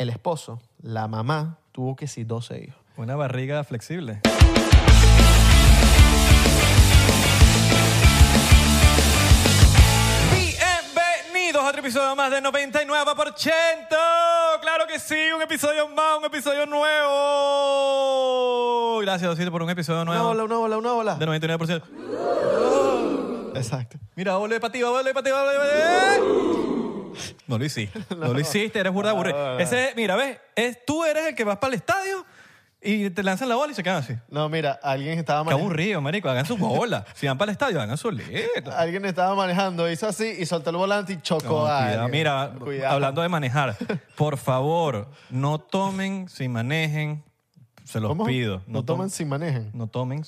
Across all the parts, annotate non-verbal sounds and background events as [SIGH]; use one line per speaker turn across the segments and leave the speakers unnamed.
El esposo, la mamá, tuvo que sí 12 hijos.
Una barriga flexible. Bienvenidos a otro episodio más de 99%. Claro que sí, un episodio más, un episodio nuevo. Gracias, Osito, por un episodio
Una
nuevo
ola, una ola, una ola.
de 99%.
Exacto.
Mira, vuelve para ti, vuelve para ti, vuelve para ti. No lo hiciste. No, lo hiciste, eres burda de aburrido. Ese, mira, ves, es, tú eres el que vas para el estadio y te lanzan la bola y se quedan así.
No, mira, alguien estaba
Qué
manejando.
aburrido, marico. Hagan sus bolas. Si van para el estadio, hagan su letra.
Alguien estaba manejando, hizo así y soltó el volante y chocó a alguien.
mira,
Cuidado.
hablando de manejar, por favor, no tomen si manejen. Se los
¿Cómo?
pido.
No toman si manejen.
No tomen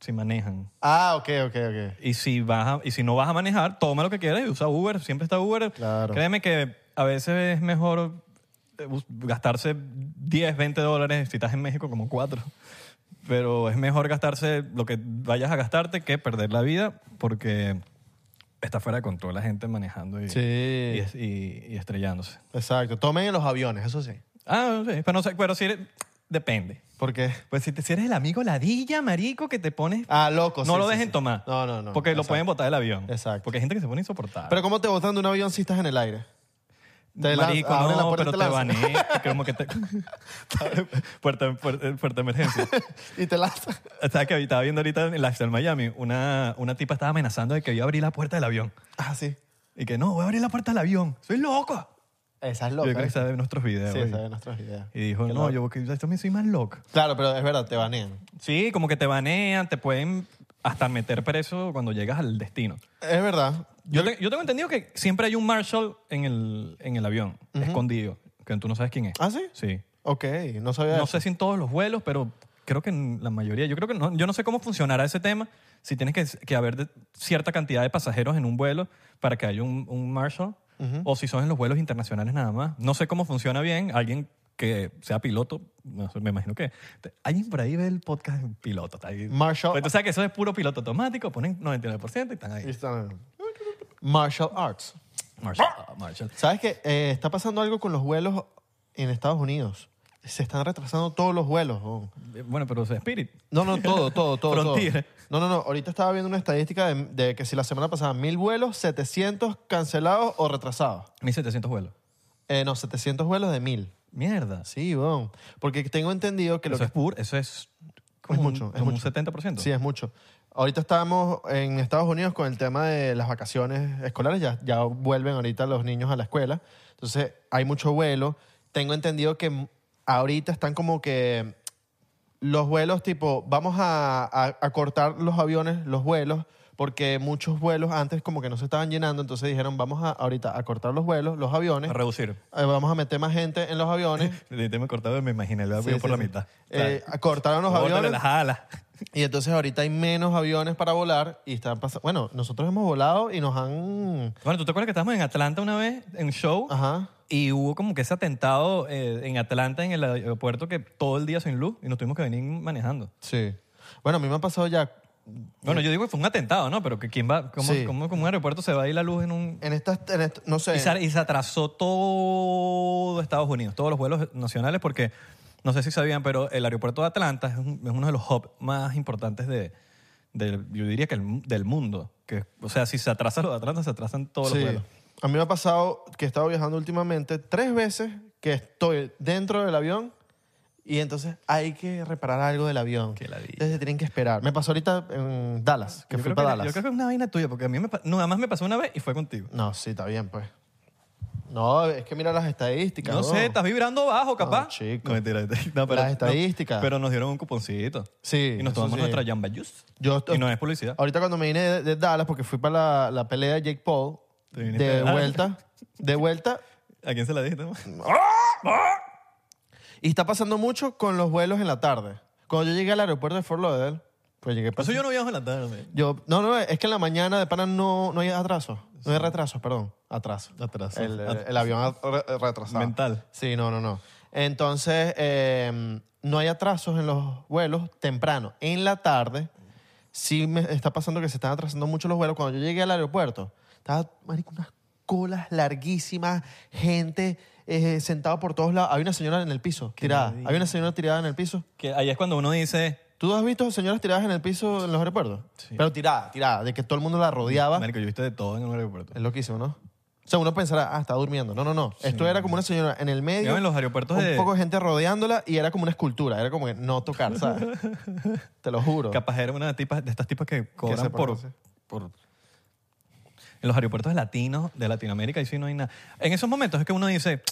si manejan.
Ah, ok, ok, ok.
Y si, vas a- y si no vas a manejar, toma lo que quieras y usa Uber. Siempre está Uber.
Claro.
Créeme que a veces es mejor eh, us- gastarse 10, 20 dólares. Si estás en México, como 4. Pero es mejor gastarse lo que vayas a gastarte que perder la vida porque está fuera de control la gente manejando y,
Sí.
y es- y- y estrellándose.
Exacto. Tomen en los aviones, eso sí.
Ah, sí. Pero, no sé, pero si eres- depende.
Porque.
Pues si, te, si eres el amigo ladilla, marico, que te pones...
Ah, loco.
no
sí,
lo
sí,
dejen
sí.
tomar.
No, no, no.
Porque lo
Exacto.
pueden botar del avión.
Exacto.
Porque hay gente que se pone insoportable.
Pero ¿cómo te botan de un avión si estás en el aire? [LAUGHS] Te lan-
Marico,
abren
no, pero te
lanzan-
baneé. como [LAUGHS] que te... puerta, puerta, puerta de emergencia.
y te lanzan.
Estaba, que, estaba viendo ahorita en la en Miami, una, una tipa estaba amenazando de que iba a abrir la puerta del avión.
Ah, sí.
Y que no, voy a abrir la puerta del avión. ¡Soy loco!
Esa es
Yo
loca.
creo que sabe nuestros videos.
Sí,
y-
esa es nuestras ideas.
Y dijo,
Qué
no,
loco.
yo, que yo también soy más loco.
Claro, pero es verdad, te banean.
Sí, como que te banean, te pueden hasta meter preso cuando llegas al destino.
Es verdad.
Yo, te- yo tengo entendido que siempre hay un marshal en el, en el avión, escondido, que tú no sabes quién es.
¿Ah, sí?
Sí.
Ok, no sabía
No
eso.
sé si en todos los vuelos, pero creo que en la mayoría. Yo creo que no, yo no sé cómo funcionará ese tema. Si tienes que, que haber de- cierta cantidad de pasajeros en un vuelo para que haya un, un marshal, o si son en los vuelos internacionales nada más. No sé cómo funciona bien. Alguien que sea piloto, no sé, me imagino que te- alguien por ahí ve el podcast piloto. Está ahí.
Marshal-
Pues tú sabes que eso es puro piloto automático, ponen 99% y están
Y
ahí.
están- Martial arts.
Marshal, marshal.
¿Sabes qué? Eh, está pasando algo con los vuelos en Estados Unidos. Se están retrasando todos los vuelos. weón.
Eh, Bueno, pero o sea, Spirit.
No, no,
[LAUGHS]
todo, todo, todo. todo.
Frontier.
No, no, no. Ahorita estaba viendo una estadística de, de que si la semana pasada mil vuelos, 700 cancelados o retrasados.
1700 vuelos.
Eh, no, 700 vuelos de mil.
Mierda.
Sí, weón. Porque tengo entendido que lo
eso
que Eh.
es pur, eso es como
Es
un-
mucho, es
como
mucho.
un 70%.
Sí, es mucho. Ahorita estamos en Estados Unidos con el tema de las vacaciones escolares. Ya, ya vuelven ahorita los niños a la escuela. Entonces, hay mucho vuelo. Tengo entendido que m- ahorita están como que los vuelos tipo, vamos a, a- a cortar los aviones, los vuelos, porque muchos vuelos antes como que no se estaban llenando. Entonces dijeron, vamos a, ahorita a cortar los vuelos, los aviones.
A reducir.
Eh, vamos a meter más gente en los
[LAUGHS]
aviones.
El tema cortado me imaginé, el avión
Sí,
por
sí,
la
sí.
mitad.
Eh, cortaron los
Córtale
aviones.
las alas.
Y entonces ahorita hay menos aviones para volar y están pasando... Bueno, nosotros hemos volado y nos han...
Bueno, ¿tú te acuerdas que estábamos en Atlanta una vez, en un show?
Ajá.
Y hubo como que ese atentado eh, en Atlanta, en el aeropuerto, que todo el día sin luz y nos tuvimos que venir manejando.
Sí. Bueno, a mí me han pasado ya...
Bueno, yo digo que fue un atentado, ¿no? Pero que quién va, ¿cómo,
Eh. Sí.
cómo con un aeropuerto se va a ir la luz en un...
En estas... en est- no sé.
Y se, y se atrasó todo Estados Unidos, todos los vuelos nacionales, porque no sé si sabían, pero el aeropuerto de Atlanta es, un- es uno de los hubs más importantes de, del- yo diría que el mu- del mundo. Que, o sea, si se atrasa lo de Atlanta, se atrasan todos los
Sí.
vuelos.
A mí me ha pasado que he estado viajando últimamente tres veces que estoy dentro del avión y entonces hay que reparar algo del avión.
Qué ladilla.
Entonces tienen que esperar. Me pasó ahorita en Dallas, que
yo,
fui
creo
para
que, yo
Dallas.
creo que es una vaina tuya, porque a mí me, pa- nada más me pasó una vez y fue contigo.
No, sí, está bien, pues. No, es que mira las estadísticas.
No sé, estás vibrando bajo, capaz.
No, chico.
No, mentira, mentira. No, pero-
Las estadísticas.
no, pero nos dieron un cuponcito.
Sí,
Y nos
eso
tomamos
sí.
nuestra Jamba Juice.
Yo
y no es publicidad.
Ahorita cuando me vine de, de Dallas, porque fui para la, la pelea de Jake Paul,
Te viniste de
de
Dallas.
vuelta, de vuelta,
¿A quién se la dijiste?
y está pasando mucho con los vuelos en la tarde. Cuando yo llegué al aeropuerto de Fort Lauderdale, pues llegué...
Por
pas-
eso yo no viajo en la tarde.
yo, no, no, es que en la mañana de pana no, no hay atrasos, no hay retrasos, perdón, atraso.
Atraso.
El, el- el avión at- re- retrasado.
ah, Mental.
Sí, no, no, no. Entonces, eh, no hay atrasos en los vuelos temprano. En la tarde, sí me está pasando que se están atrasando mucho los vuelos. Cuando yo llegué al aeropuerto, estaba, marico, unas colas larguísimas, gente eh, sentada por todos lados. Había una señora en el piso, tirada. Había una señora tirada en el piso.
Que ahí es cuando uno dice,
¿Tú has visto señoras tiradas en el piso en los aeropuertos? Pero tirada, tirada, de que todo el mundo la rodeaba.
Marico, yo viste de todo en un aeropuerto.
Es loquísimo, ¿no? O sea, uno pensará, ah, está durmiendo. No, no, no. Esto era como una señora en el medio.
Yo en los aeropuertos
Un
de-
poco de gente rodeándola y era como una escultura. Era como que no tocar,
[LAUGHS]
¿sabes? Te lo juro.
Capaz era una de, tipas- de estas tipas que cobran
se
por,
parece.
por... En los aeropuertos latinos de Latinoamérica, y si no hay nada. En esos momentos es que uno dice,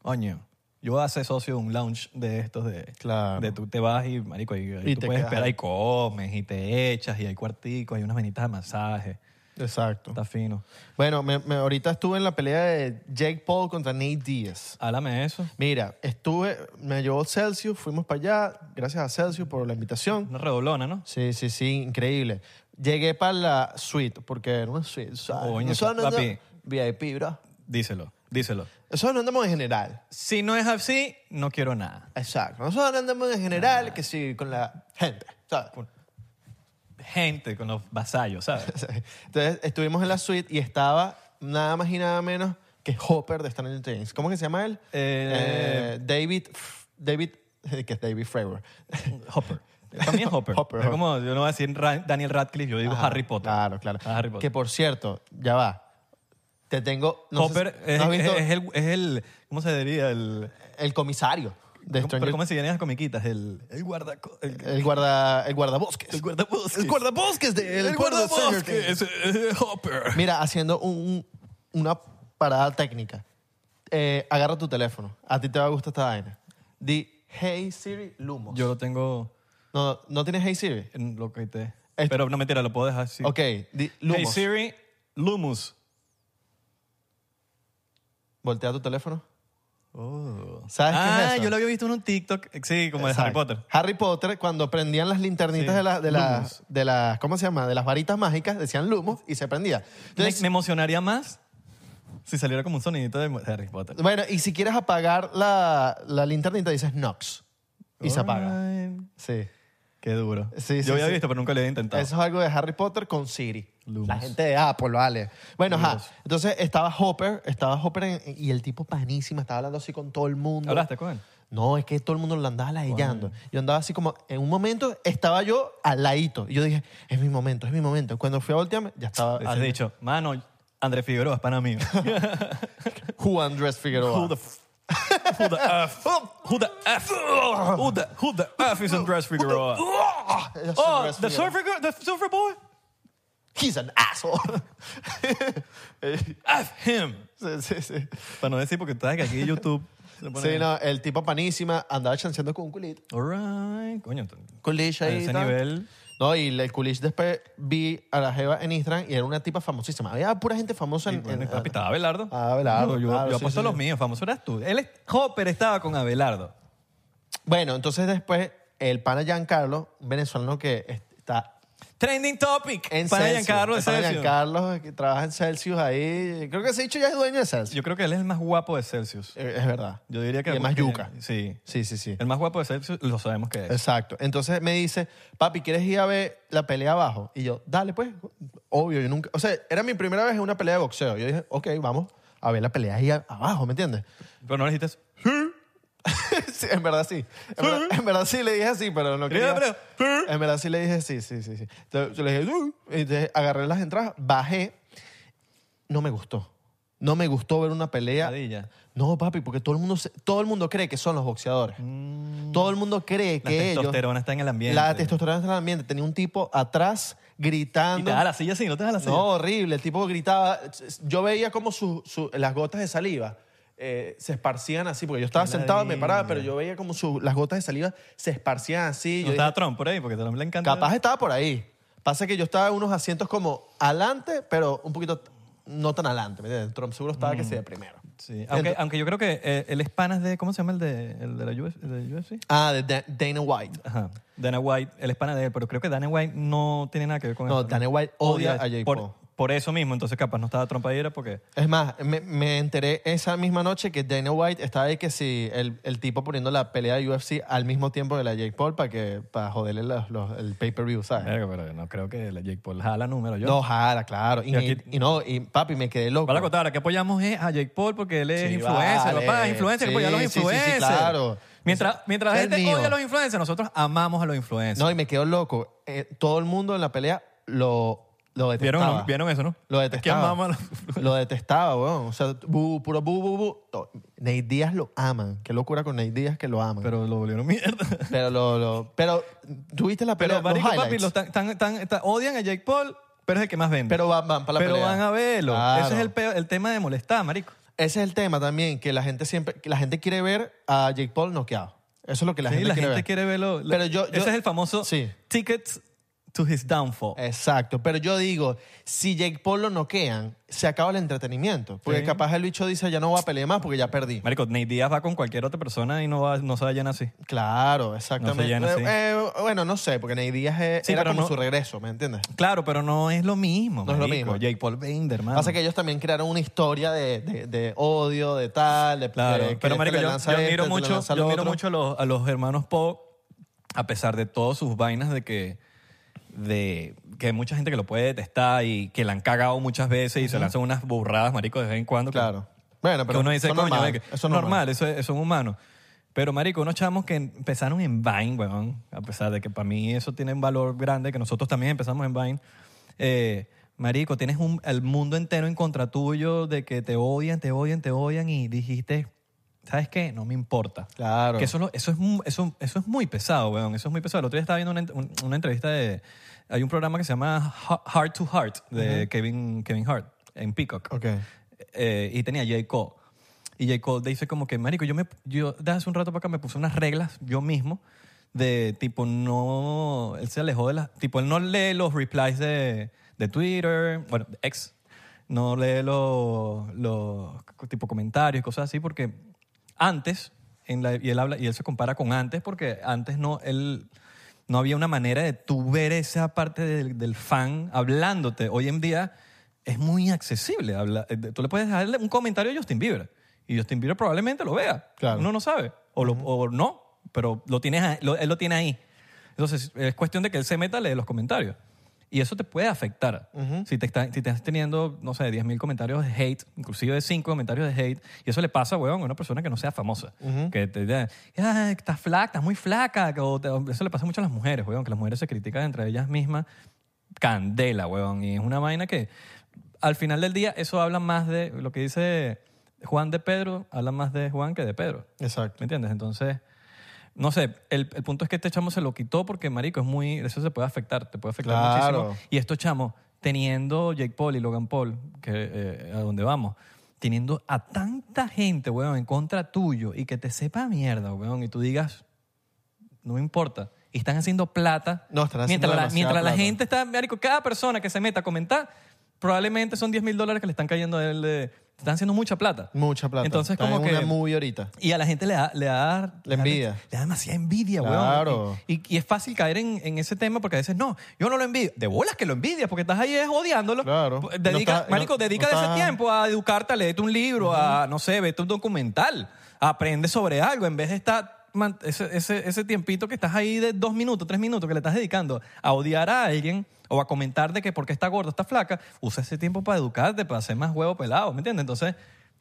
coño, yo voy a ser socio de un lounge de estos de...
Claro.
De tú te vas y, marico, y, y
Y
tú
te
puedes
quedas
esperar
ahí.
y comes y te echas y hay cuarticos, hay unas venitas de masaje.
Exacto.
Está fino.
Bueno, me- me- ahorita estuve en la pelea de Jake Paul contra Nate Diaz.
Háblame de eso.
Mira, estuve, me llevó Celsius, fuimos para allá. Gracias a Celsius por la invitación.
Una redoblona, ¿no?
Sí, sí, sí, increíble. Llegué para la suite, porque era una suite. ¿sabes?
Coño,
Nosotros no
papi.
andamos- VIP, bro.
Díselo, díselo.
Nosotros no andamos en general.
Si no es así, no quiero nada.
Exacto. Nosotros andamos en general que sí con la gente. ¿sabes?
Gente con los vasallos, ¿sabes?
[LAUGHS] Entonces estuvimos en la suite y estaba nada más y nada menos que Hopper de Stranger Things. ¿Cómo que se llama él?
Eh,
Eh, David F- David eh, que es David Fravor.
[LAUGHS] Hopper. Para mí es Hopper.
[LAUGHS] Hopper,
es como, yo no voy a decir Ra- Daniel Radcliffe, yo digo
Ajá,
Harry Potter.
Claro, claro.
Ah, Harry Potter.
Que por cierto, ya va. Te tengo no sé si-
Hopper es,
¿no has visto
es- es el, es el- ¿cómo se diría? El,
el comisario de
¿cómo, pero
Stranger
¿cómo se llaman las comiquitas? El, el guarda... El,
el guarda el guardabosques.
el guardabosques.
El guardabosques de
El
el pueblo de Stranger Things.
guardabosques. eh, Hopper.
Mira, haciendo un- un- una parada técnica. Eh, agarra tu teléfono. A ti te va a gustar esta vaina. Di Hey Siri Lumos.
Yo lo tengo
No, no tienes Hey Siri.
en lo que te...
Esto-
Pero no, mentira, lo puedo dejar así.
Ok, di Lumos.
Hey Siri, Lumos.
Voltea tu teléfono.
Oh.
¿Sabes qué es
ah,
eso?
yo lo había visto en un TikTok, sí, como de Harry
Exacto.
Potter.
Harry Potter, cuando prendían las linternitas
Sí,
de, la- de, la-
Lumos.
de las, ¿cómo se llama? De las varitas mágicas, decían Lumos y se prendía.
Me,
Entonces,
me emocionaría más si saliera como un sonidito de Harry Potter.
bueno, y si quieres apagar la, la linternita, dices Nox. Y se apaga.
Alright.
Sí.
Qué duro.
Sí, sí,
yo había
sí.
visto, pero nunca lo había intentado.
Eso es algo de Harry Potter con Siri.
Lumos.
La gente de Apple, vale. Bueno, ajá.
Lumos.
Entonces estaba Hopper, estaba Hopper en- y el tipo panísima, estaba hablando así con todo el mundo.
¿Hablaste con él?
No, es que todo el mundo lo andaba ladillando. Yo andaba así como, en un momento estaba yo al ladito. Y yo dije, es mi momento, es mi momento. Cuando fui a voltearme, ya estaba
Has dicho, mano, Andrés Figueroa es pana mío.
Who Andrés Figueroa.
[LAUGHS] Who the f- Who the F? Who the F? Who the, who the F is Andrés Figueroa?
That's
Oh,
Andrés
the
Figueroa.
surfer, girl- the surfer boy?
He's an asshole. [LAUGHS] Eh,
F him.
sí, sí, sí.
Para no decir, porque tú sabes que aquí en YouTube se pone-
Sí, no, el tipo panísima andaba chanceando con un culito.
All right. Coño, t-
Culish
a
ahí.
ese
tal.
nivel.
No, y el culish después vi a la Jeva en Instagram y era una tipa famosísima. Había pura gente famosa en.
Bueno,
en-
papi, estaba Abelardo.
Ah, Abelardo,
No, yo
claro,
yo
sí,
apuesto
sí,
a los
sí.
míos, famoso eras tú. Él, es- Hopper estaba con Abelardo.
Bueno, entonces después el pana Giancarlo, un venezolano que está
Trending topic.
en
para
Celsius.
Giancarlo
El pana
Celsius.
Giancarlo que trabaja en Celsius ahí. Creo que ese dicho ya es dueño de Celsius.
Yo creo que él es el más guapo de Celsius.
Eh, es verdad.
Yo diría que...
Y es más
porque-
yuca.
Sí.
Sí, sí, sí.
El más guapo de Celsius lo sabemos que es.
Exacto. Entonces me dice, papi, ¿quieres ir a ver la pelea abajo? Y yo, dale pues. Obvio, yo nunca... O sea, era mi primera vez en una pelea de boxeo. Yo dije, ok, vamos a ver la pelea ahí a- abajo, ¿me entiendes?
Pero no le dijiste eso.
[LAUGHS] Sí, en verdad sí. En, verdad, en verdad sí le dije así, pero no quería.
pero-
En verdad sí le dije sí, sí, sí. sí. Entonces, yo le dije, "Uh", y entonces agarré las entradas, bajé. No me gustó. No me gustó ver una pelea.
Ladilla.
No, papi, porque todo el mundo, se- todo el mundo cree que son los boxeadores. Todo el mundo cree
Mm. La
que ellos.
testosterona está en el ambiente.
La testosterona está en el ambiente. Tenía un tipo atrás
Y
gritando.
te das la silla sí, no te das la silla.
No, horrible. El tipo gritaba. Yo veía como su- su- las gotas de saliva eh, se esparcían así, porque yo estaba
Qué
sentado, me
ladilla.
paraba, pero yo veía como su- las gotas de saliva se esparcían así.
No
Yo
estaba
dije,
Trump por ahí, porque Trump le encanta.
capaz estaba por ahí. Pasa que yo estaba en unos asientos como adelante, pero un poquito t- no tan adelante. ¿me entiendes? Trump seguro estaba que se de primero.
Mm. Sí. Aunque,
Ento-
aunque yo creo que eh, él es panas de... ¿Cómo se llama el de, el de la US de UFC?
Ah, de Da- Dana White.
Ajá. Dana White, él es pana de él, pero creo que Dana White no tiene nada que ver con
No,
eso.
Dana White odia a Jake Paul.
Por, por eso mismo, entonces capaz no estaba Trump ahí, era porque...
Es más, me, me enteré esa misma noche que Dana White estaba ahí que si el, el tipo poniendo la pelea de UFC al mismo tiempo que la Jake Paul para que para joderle los- los- el pay-per-view, ¿sabes?
Verga, pero yo no creo que la Jake Paul jala número Eh, yo.
No, jala, claro. Y,
Y aquí-
y no, y papi, me quedé loco.
Para contar, ahora que apoyamos es a Jake Paul porque él es
Sí,
influencer,
vale.
papá, es influencer,
Sí,
apoya a los
sí, sí, sí,
influencers.
claro.
Mientras,
Eso-
mientras la
es el
gente
mío.
odia a los influencers, nosotros amamos a los influencers.
No, y me quedó loco. Eh, todo el mundo en la pelea lo, lo detestaba.
¿Vieron, ¿Vieron eso, no?
Lo
Es que amamos a
detestaba.
los
Lo detestaba, weón. O sea, bu, puro bu, bu, bu. To- Nate Díaz lo aman. Qué locura con Nate Díaz que lo aman. Pero,
Pero lo volvieron mierda.
lo, lo- pero tuviste la pelea,
Pero,
los
marico, papi,
highlights?
los tan- tan- tan- tan- odian a Jake Paul, pero es el que más vende.
Pero van, van para la
Pero
pelea.
van a verlo.
Claro.
Ese es el, peo- el tema de molestar, marico.
Ese es el tema también, que la gente siempre, que la gente quiere ver a Jake Paul noqueado. Eso es lo que la
Sí,
gente
la
quiere
gente
ver.
quiere verlo. La-
Pero yo- yo-
ese es el famoso
Sí.
tickets to his downfall.
Exacto, pero yo digo, si Jake Paul lo noquean, se acaba el entretenimiento. Porque
Sí.
capaz el bicho dice, ya no voy a pelear más porque ya perdí.
Marico, Nate Díaz va con cualquier otra persona y no, va, no se va a llenar así.
Claro, exactamente.
llena,
Eh,
sí.
eh, bueno, no sé, porque Ney Díaz es-
Sí,
era
pero
como
no-
su regreso, ¿me entiendes?
Claro, pero no es lo mismo.
No es lo
marico.
mismo.
Jake Paul vende, hermano.
Pasa que ellos también crearon una historia de, de- de odio, de tal, de
claro,
de que
pero
este
marico,
le
yo,
lanza
yo
este,
admiro
este le
mucho,
lanza al
yo admiro
otro.
mucho a los, a los hermanos Poe, a pesar de todas sus vainas de que de que hay mucha gente que lo puede detestar y que la han cagado muchas veces y se lanzan unas burradas, marico, de vez en cuando. que-
Claro. Bueno, pero
que uno dice,
son
coño,
normales,
marico,
eso es
normal, eso es, eso es humano. Pero, marico, unos chamos que empezaron en Vine, weón, a pesar de que para mí eso tiene un valor grande, que nosotros también empezamos en Vine. Eh, marico, tienes un, el mundo entero en contra tuyo de que te odian, te odian, te odian y dijiste, ¿sabes qué? No me importa.
Claro.
Que eso, lo- eso, es, mu- eso, eso es muy pesado, weón, eso es muy pesado. El otro día estaba viendo una, ent- un- una entrevista de... Hay un programa que se llama Ha- Heart to Heart de Kevin, Kevin Hart en Peacock
Ok.
eh, y tenía J. Cole. Y J. Cole dice como que, marico, yo, me, yo de hace un rato para acá me puse unas reglas yo mismo de tipo no... Él se alejó de las... Tipo, él no lee los replies de, de Twitter, bueno, de ex. No lee los, los tipo comentarios y cosas así porque antes, en la- y, él habla, y él se compara con antes porque antes no, él no había una manera de tú ver esa parte del, del fan hablándote. Hoy en día es muy accesible. habla- eh, tú le puedes dejarle un comentario a Justin Bieber y Justin Bieber probablemente lo vea.
Claro.
Uno no sabe. O, lo- o no, pero lo tienes, ahí- lo- él lo tiene ahí. Entonces es cuestión de que él se meta a leer los comentarios. Y eso te puede afectar. si, te está- si te estás teniendo, no sé, 10.000 comentarios de hate, inclusive de 5 comentarios de hate, y eso le pasa, weón, a una persona que no sea famosa. Que te diga, "Ah, estás flaca, estás muy flaca. o te- o- eso le pasa mucho a las mujeres, weón, que las mujeres se critican entre ellas mismas. Candela, weón. Y es una vaina que al final del día eso habla más de lo que dice Juan de Pedro, habla más de Juan que de Pedro.
Exacto.
¿Me entiendes? Entonces, no sé, el, el punto es que este chamo se lo quitó porque, marico, es muy, eso se puede afectar, te puede afectar
Claro.
muchísimo. Y estos chamos, teniendo Jake Paul y Logan Paul, que eh, a donde vamos, teniendo a tanta gente, weón, en contra tuyo y que te sepa mierda, weón, y tú digas, no me importa. Y están haciendo plata.
No, están haciendo
mientras la,
demasiada
mientras la
plata.
gente está, marico, cada persona que se meta a comentar, probablemente son 10 mil dólares que le están cayendo a él. de- están haciendo mucha plata.
Mucha plata.
Entonces,
Está
como
en
que.
una movie ahorita.
Y a la gente le da... Le da
La envidia.
Le da demasiada envidia, weón.
Claro.
Y, y- y es fácil caer en, en ese tema porque a veces, no, yo no lo envidio. De bolas que lo envidias porque estás ahí es odiándolo.
Claro.
P- Dedica,
No está-
marico,
no-
dedica
no
ese
está-
tiempo a educarte, a leerte un libro, a, no sé, vete un documental, aprende sobre algo en vez de estar... man- ese, ese, ese tiempito que estás ahí de dos minutos, tres minutos que le estás dedicando a odiar a alguien o a comentar de que porque está gordo, está flaca, usa ese tiempo para educarte, para hacer más huevo pelado, ¿me entiendes? Entonces,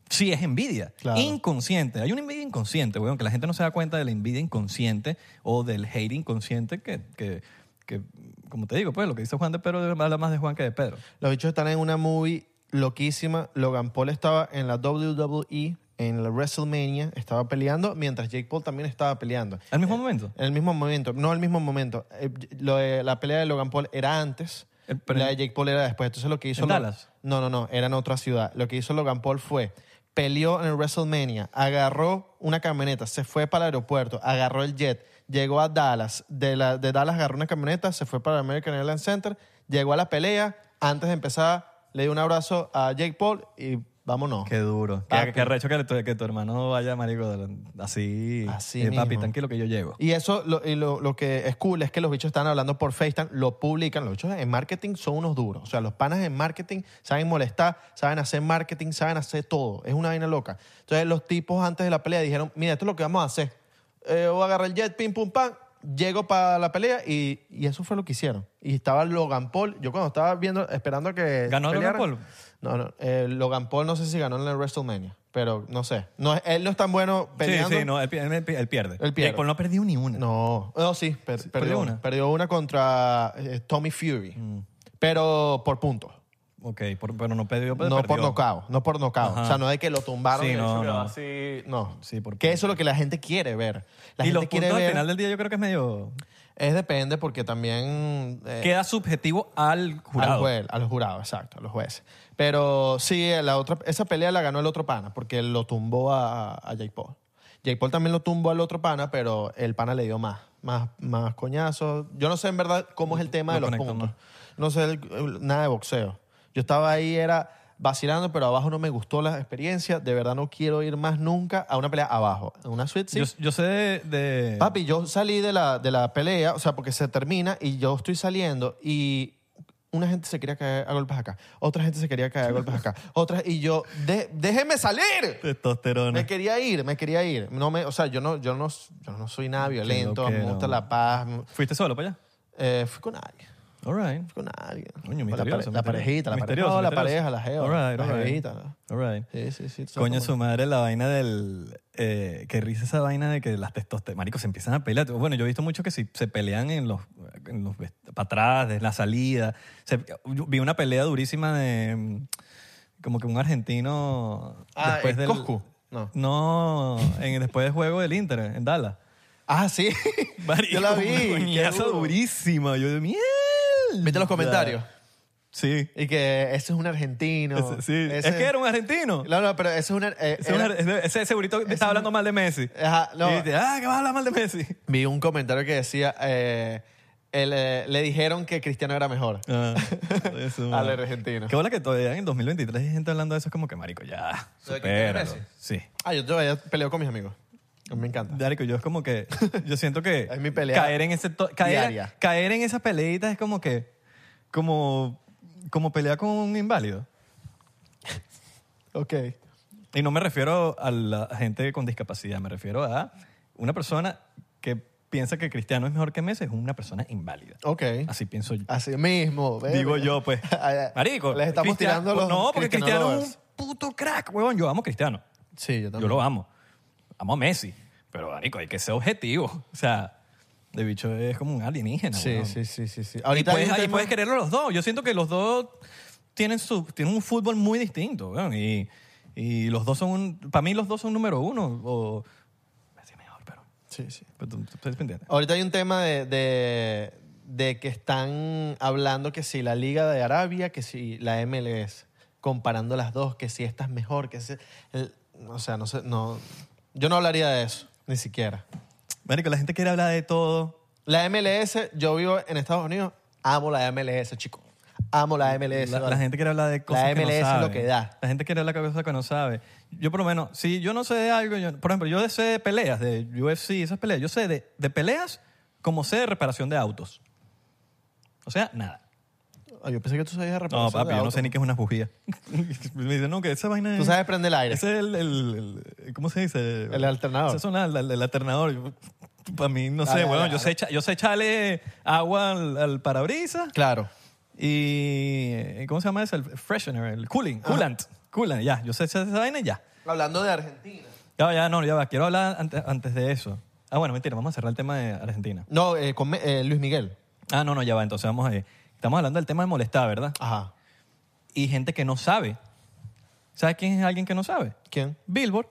sí es envidia
Claro.
inconsciente. Hay una envidia inconsciente, weón, que la gente no se da cuenta de la envidia inconsciente o del hate inconsciente que, que, que, como te digo, pues lo que dice Juan de Pedro habla más de Juan que de Pedro.
Los bichos están en una movie loquísima. Logan Paul estaba en la WWE, en la WrestleMania, estaba peleando, mientras Jake Paul también estaba peleando.
Al mismo momento.
En el mismo momento, no al mismo momento. Eh, lo de- la pelea de Logan Paul era antes,
El pre-
la de Jake Paul era después. Entonces lo que hizo...
Eh, ¿En
Lo-
Dallas?
No, no, no, era en otra ciudad. Lo que hizo Logan Paul fue, peleó en el WrestleMania, agarró una camioneta, se fue para el aeropuerto, agarró el jet, llegó a Dallas, de, la, de Dallas agarró una camioneta, se fue para American Airlines Center, llegó a la pelea, antes de empezar le dio un abrazo a Jake Paul y vámonos.
Qué duro.
Papi.
Qué, qué recho que, tu- que tu hermano vaya, marico, de- así.
Así
Eh, papi,
mismo.
tranquilo que yo llego.
Y eso, lo, y lo, lo que es cool es que los bichos están hablando por FaceTime, lo publican. Los bichos en marketing son unos duros. O sea, los panas en marketing saben molestar, saben hacer marketing, saben hacer todo. Es una vaina loca. Entonces, los tipos antes de la pelea dijeron: Mira, esto es lo que vamos a hacer. Eh, voy a agarrar el jet, pim, pum, pam. Llego para la pelea y, y eso fue lo que hicieron. Y estaba Logan Paul. Yo cuando estaba viendo, esperando que.
¿Ganó
pelearan-
Logan Paul?
No, no. eh, Logan Paul no sé si ganó en el WrestleMania, pero no sé. No, él no es tan bueno peleando.
Sí, sí, no, él, pi- él- él pierde.
Él pierde.
Jake Paul no ha perdido ni una.
No, no sí, per- perdió,
perdió
una.
una. Mm.
Perdió una contra eh, Tommy Fury, pero por puntos.
Ok, por- pero no perdió, pero
No por
perdió.
nocao, no por nocao.
Ajá.
O sea, no de que lo tumbaron.
Sí,
y
no,
eso quedó
no.
así. No.
Sí, por
que eso es lo que la gente quiere ver. La
y
gente
los
quiere
puntos
ver.
al final del día yo creo que es medio...
Es depende porque también. eh,
Queda subjetivo al
al
jurado.
juez- a los jurados, exacto, a los jueces. Pero sí, la otra, esa pelea la ganó el otro pana porque lo tumbó a, a Jake Paul. Jake Paul también lo tumbó al otro pana, pero el pana le dio más, más, más coñazos. Yo no sé en verdad cómo es el tema
No
de los
conecto,
puntos. No sé el- el- nada de boxeo. Yo estaba ahí, era vacilando, pero abajo no me gustó la experiencia. De verdad no quiero ir más nunca a una pelea abajo. A una suite, sí.
Yo, yo sé de... de-
Papi, yo salí de la, de la pelea, o sea, porque se termina y yo estoy saliendo y una gente se quería caer a golpes acá, otra gente se quería caer a golpes
[LAUGHS]
acá, otra y yo, "De- déjeme salir.
Testosterona.
Me quería ir, me quería ir. No me, o sea, yo no, yo no, yo no soy nada violento, me
loquero.
gusta la paz.
¿Fuiste solo para allá?
Eh, fui con alguien,
All right.
fui con alguien.
Coño,
la, pare-
misterioso.
la parejita, la pareja,
misterioso,
no, la
misterioso.
pareja, la jeva,
All right,
la
all right.
jevita, ¿no?
All right.
Sí, sí, sí.
Coño, su madre, la vaina del... eh, que risa esa vaina de que las testosteronas... Marico, se empiezan a pelear. Bueno, yo he visto mucho que si se pelean en los... En los para atrás, de la salida. Se- yo vi una pelea durísima de... mm, Como que un argentino...
Ah,
después
¿en
del,
Coscu? No.
No, en- después del juego del Inter, en Dallas.
Ah, sí.
[LAUGHS]
[LAUGHS]
Marico,
yo la vi.
una
qué
coñazo
duro.
durísima. Yo de miel.
Viste los comentarios.
Sí.
Y que ese es un argentino.
Ese- sí.
Ese-
es que era un argentino.
No, no, pero ese es un... ar- eh,
Ese,
era-
es un ar- ese segurito estaba hablando mal de Messi.
Ajá, no.
Y dice, ah, que vas a hablar mal de Messi.
Vi un comentario que decía... eh, el, eh, le dijeron que Cristiano era mejor.
[LAUGHS] Ah, eso,
Al
mano.
argentino.
Qué bola que todavía en 2023 hay gente hablando de eso. Es como que, marico, ya,
¿Lo de Cristiano
supéralo.
Messi?
Sí.
Ah, yo todavía peleo con mis amigos. Me encanta.
Marico, yo es como que, yo siento [LAUGHS] que
Es mi pelea
caer en ese to- caer,
diaria.
caer en esas peleitas es como que, como, como pelear con un inválido.
Ok.
Y no me refiero a la gente con discapacidad, me refiero a una persona que piensa que Cristiano es mejor que Messi, es una persona inválida.
Ok.
Así pienso yo.
Así mismo. ve,
Digo
ve.
yo, pues.
[LAUGHS]
Marico.
Les estamos
Cristiano- Oh,
tirando los
No, porque
Cristiano
Cristiano es un
lovers.
puto crack, huevón. Yo amo a Cristiano.
Sí, yo
Yo
también.
lo amo. Amo a Messi. Pero, marico, hay que ser objetivo. O sea, de bicho es como un alienígena.
Sí,
weón.
sí, sí, sí, sí.
Y
Ahorita hay
puedes,
un
y
tema-
puedes quererlo los dos. Yo siento que los dos tienen, su, tienen un fútbol muy distinto. weón. Y, y los dos son, un- para mí los dos son número uno. O, Messi es mejor, pero...
Sí, sí.
pero tú- tú- tú entiendes.
Ahorita hay un tema de, de, de que están hablando que si la Liga de Arabia, que si la MLS, comparando las dos, que si esta es mejor, que si... el- o sea, no sé, no... Yo no hablaría de eso, ni siquiera.
Marico, la gente quiere hablar de todo.
La MLS, yo vivo en Estados Unidos, amo la MLS, chico. Amo la MLS.
La,
¿vale?
la gente quiere hablar de cosas que no
MLS es lo
sabe.
que da.
La gente quiere hablar de cosas que no sabe. Yo, por lo menos, si yo no sé de algo, yo- por ejemplo, yo sé de peleas, de UFC, esas peleas. Yo sé de, de peleas como sé de reparación de autos. O sea, nada.
Ah, Yo pensé que tú sabías de
No,
reparación
papi,
de
yo no
autos.
sé ni qué es una bujía. [LAUGHS] Me dicen, no, que esa vaina es...
Tú sabes prender el aire.
Ese es el, el- el- ¿Cómo se dice?
El alternador.
Ese son la- la- el alternador. Yo- Para mí, no sé,
Dale, dale,
weón.
dale.
Yo sé, echa- yo sé echarle agua al, al parabrisas
Claro.
y... eh, ¿Cómo se llama eso? El freshener, el cooling, coolant. Coolant, ya. Yo sé esa esa vaina y ya.
Hablando de Argentina.
Ya, ya, no, ya va. Quiero hablar antes, antes de eso. Ah, bueno, mentira. Vamos a cerrar el tema de Argentina.
No, eh, con Me- eh, Luis Miguel.
Ah, no, no, ya va. Entonces vamos a... Estamos hablando del tema de molestar, ¿verdad?
Ajá.
Y gente que no sabe. ¿Sabes quién es alguien que no sabe?
¿Quién?
Billboard.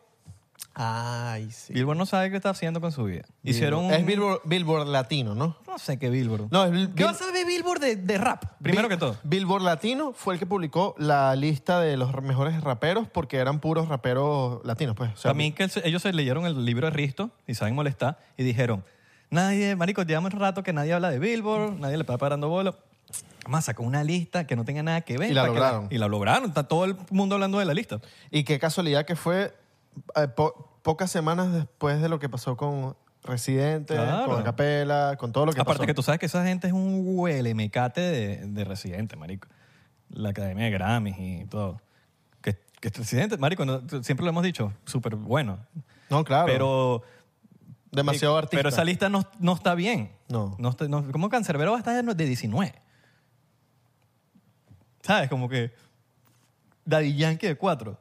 Ay, sí.
Billboard no sabe qué está haciendo con su vida. Hicieron un...
Mm. Es Billboard, Billboard Latino, ¿no?
No sé qué Billboard.
No, es Bill-
¿Qué
Bill-
vas a saber Billboard de, de rap? Primero
Bill-
que todo.
Billboard Latino fue el que publicó la lista de los mejores raperos porque eran puros raperos latinos, pues. O sea,
Para mí que el- ellos se leyeron el libro de Risto y saben molestar y dijeron, nadie, marico, llevamos un rato que nadie habla de Billboard, nadie le está parando bola. Más sacó una lista que no tenga nada que ver.
Y la
para que
lograron.
y la lograron. Está todo el mundo hablando de la lista.
Y qué casualidad que fue eh, po- pocas semanas después de lo que pasó con Residente,
Claro.
con Capela, con todo lo que
Aparte
pasó.
que tú sabes que esa gente es un huelemecate de, de residente, marico. La academia de Grammys y todo. Que, que este residente, marico, no- siempre lo hemos dicho, súper bueno.
No, claro.
Pero eh,
demasiado artista.
Pero esa lista no, no está bien.
No.
está- no- ¿Cómo Cancerbero va a estar de 19? ¿Sabes? Como que Daddy Yankee de 4. O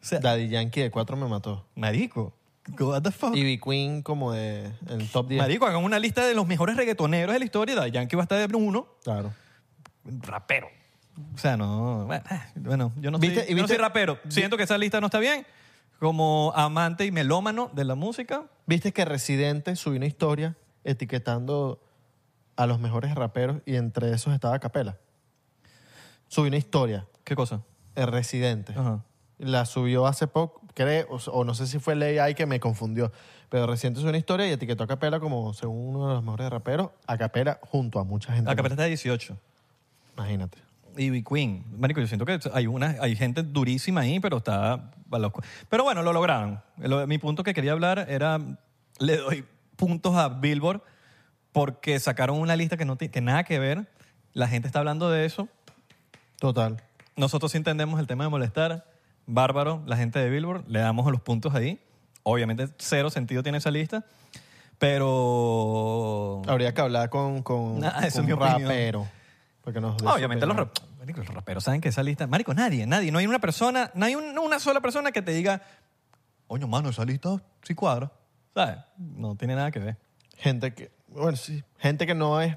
sea,
Daddy Yankee de 4 me mató.
marico. What the fuck?
Y B Queen como de en el top 10.
Marico, hagan una lista de los mejores reggaetoneros de la historia. Daddy Yankee va a estar de 1.
Claro.
Rapero. O sea, no... Bueno, ah, bueno, yo no,
¿Viste?
soy,
¿Y
yo no
viste?
soy rapero. Siento que esa lista no está bien. Como amante y melómano de la música,
¿Viste que Residente subió una historia etiquetando a los mejores raperos y entre esos estaba Capela? Subió una historia,
¿qué cosa?
el Residente.
Ajá.
La subió hace poco, creo, o, o no sé si fue el AI que me confundió, pero Residente subió una historia y etiquetó a Capela como según uno de los mejores raperos, a Capela junto a mucha gente.
La capela está de 18.
más. Imagínate.
y B Queen. Marico, yo siento que hay, una, hay gente durísima ahí, pero está... a los cu- Pero bueno, lo lograron. Lo- mi punto que quería hablar era... Le doy puntos a Billboard porque sacaron una lista que no tiene que nada que ver. La gente está hablando de eso.
Total.
Nosotros sí entendemos el tema de molestar. Bárbaro, la gente de Billboard, le damos los puntos ahí. Obviamente cero sentido tiene esa lista, pero...
Habría que hablar con, con,
Nah,
con
esa es mi
un
opinión.
rapero. Porque nos
Ah, Obviamente los, rap- marico, los raperos saben que esa lista... Marico, nadie, nadie. No hay una persona, no hay un- una sola persona que te diga, oño, mano, esa lista sí cuadra. ¿Sabes? No tiene nada que ver.
Gente que, bueno, sí, gente que no es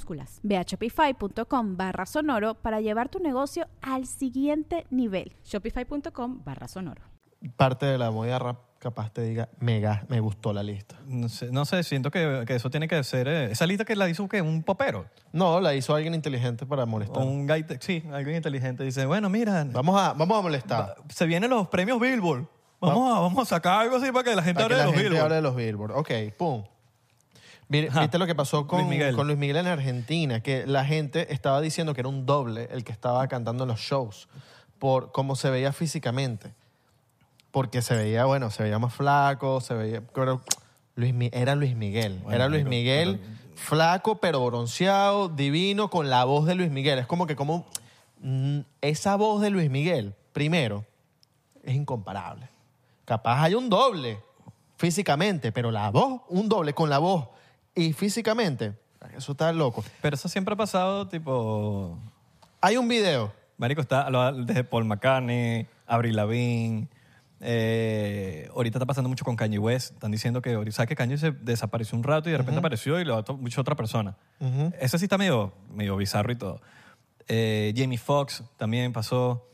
minúsculas.
Ve a shopify.com barra sonoro para llevar tu negocio al siguiente nivel.
Shopify.com barra sonoro.
Parte de la moda rap capaz te diga, me, ga- me gustó la lista.
No sé, no sé, siento que, que eso tiene que ser... eh, esa lista que la hizo, ¿qué? ¿Un popero?
No, la hizo alguien inteligente para molestar.
O un gaita... Sí, alguien inteligente. Dice, bueno, mira,
Vamos a, vamos a molestar.
se vienen los premios Billboard. Vamos a, vamos a sacar algo así para que la gente
Para que
hable de
la
los
gente
Billboard.
hable de los Billboard. Ok, pum. Mire,
Ajá.
¿Viste lo que pasó con
Luis
con Luis,
Miguel.
Miguel. en Argentina? Que la gente estaba diciendo que era un doble el que estaba cantando en los shows por cómo se veía físicamente. Porque se veía, bueno, se veía más flaco, se veía... Pero Luis, Mi- era Luis Miguel.
Bueno,
era Luis
pero-
Miguel flaco, pero bronceado, divino, con la voz de Luis Miguel. Es como que como... mm, Esa voz de Luis Miguel, primero, es incomparable. Capaz hay un doble físicamente, pero la voz, un doble con la voz y físicamente, eso está loco.
Pero eso siempre ha pasado, tipo...
Hay un video.
Marico, está lo ha- desde Paul McCartney, Avril Lavigne. eh, ahorita está pasando mucho con Kanye West. Están diciendo que ahorita- ¿sabes que Kanye se desapareció un rato y de repente apareció y lo ha to- mucho otra persona. Ese sí está medio, medio bizarro y todo. Eh, Jamie Foxx también pasó.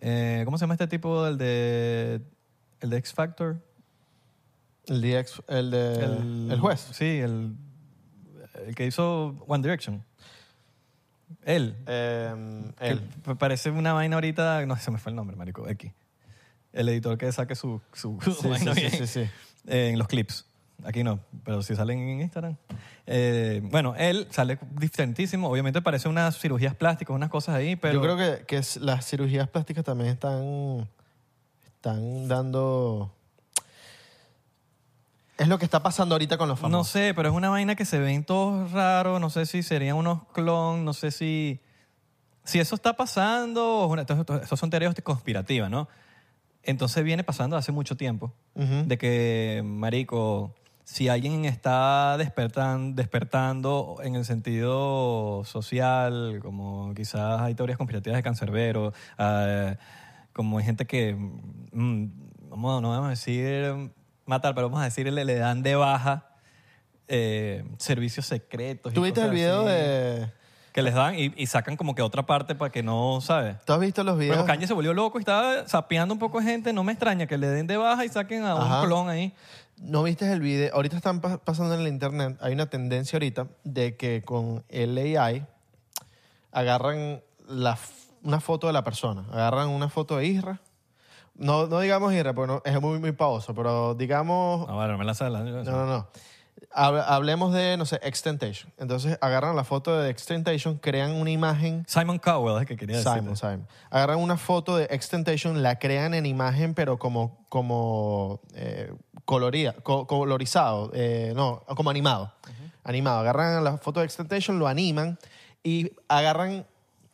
Eh, ¿Cómo se llama este tipo? El de, el de X Factor.
El, de ex- el, de- el juez.
Sí, el, el que hizo One Direction. Él.
Eh,
Que
él.
p- parece una vaina ahorita, no sé, se me fue el nombre, marico, X. El editor que saque su, su
[LAUGHS]
su
Sí,
vaina
sí, sí, sí,
bien,
sí.
eh, en los clips. Aquí no, pero si salen en Instagram. Eh, bueno, él sale diferentísimo. Obviamente parece unas cirugías plásticas, unas cosas ahí, pero...
Yo creo que, que es- las cirugías plásticas también están, están dando... Es lo que está pasando ahorita con los
No
famosos.
sé, pero es una vaina que se ven todos raros. No sé si serían unos clones, no sé si. Si eso está pasando, o una- esto- esto- estos son teorías conspirativas, ¿no? Entonces viene pasando hace mucho tiempo de que, marico, si alguien está despertan- despertando en el sentido social, como quizás hay teorías conspirativas de cancerbero, eh, como hay gente que, mm, vamos, no vamos a decir matar, pero vamos a decir le, le dan de baja eh, servicios secretos. y
¿Tuviste el
cosas
video
así
de...
Que les dan y, y sacan como que otra parte para que no, ¿sabes?
¿Tú has visto los videos?
Bueno, Kanye se volvió loco y estaba sapeando un poco de gente. No me extraña que le den de baja y saquen a
Ajá.
un clon ahí.
¿No viste el video? Ahorita están pas- pasando en el internet, hay una tendencia ahorita de que con el AI agarran la f- una foto de la persona, agarran una foto de Isra. No, no digamos Isra, porque no- es muy, muy pavoso, pero digamos...
No, bueno, no me la sala.
No, no, no. Hab- Hablemos de, no sé, Extentation. Entonces agarran la foto de Extentation, crean una imagen
Simon Cowell es el que quería decir.
Simon, Simon. Agarran una foto de Extentation, la crean en imagen, pero como, como eh, colorida, co- colorizado, eh, no, como animado. Animado. Agarran la foto de Extentation, lo animan y agarran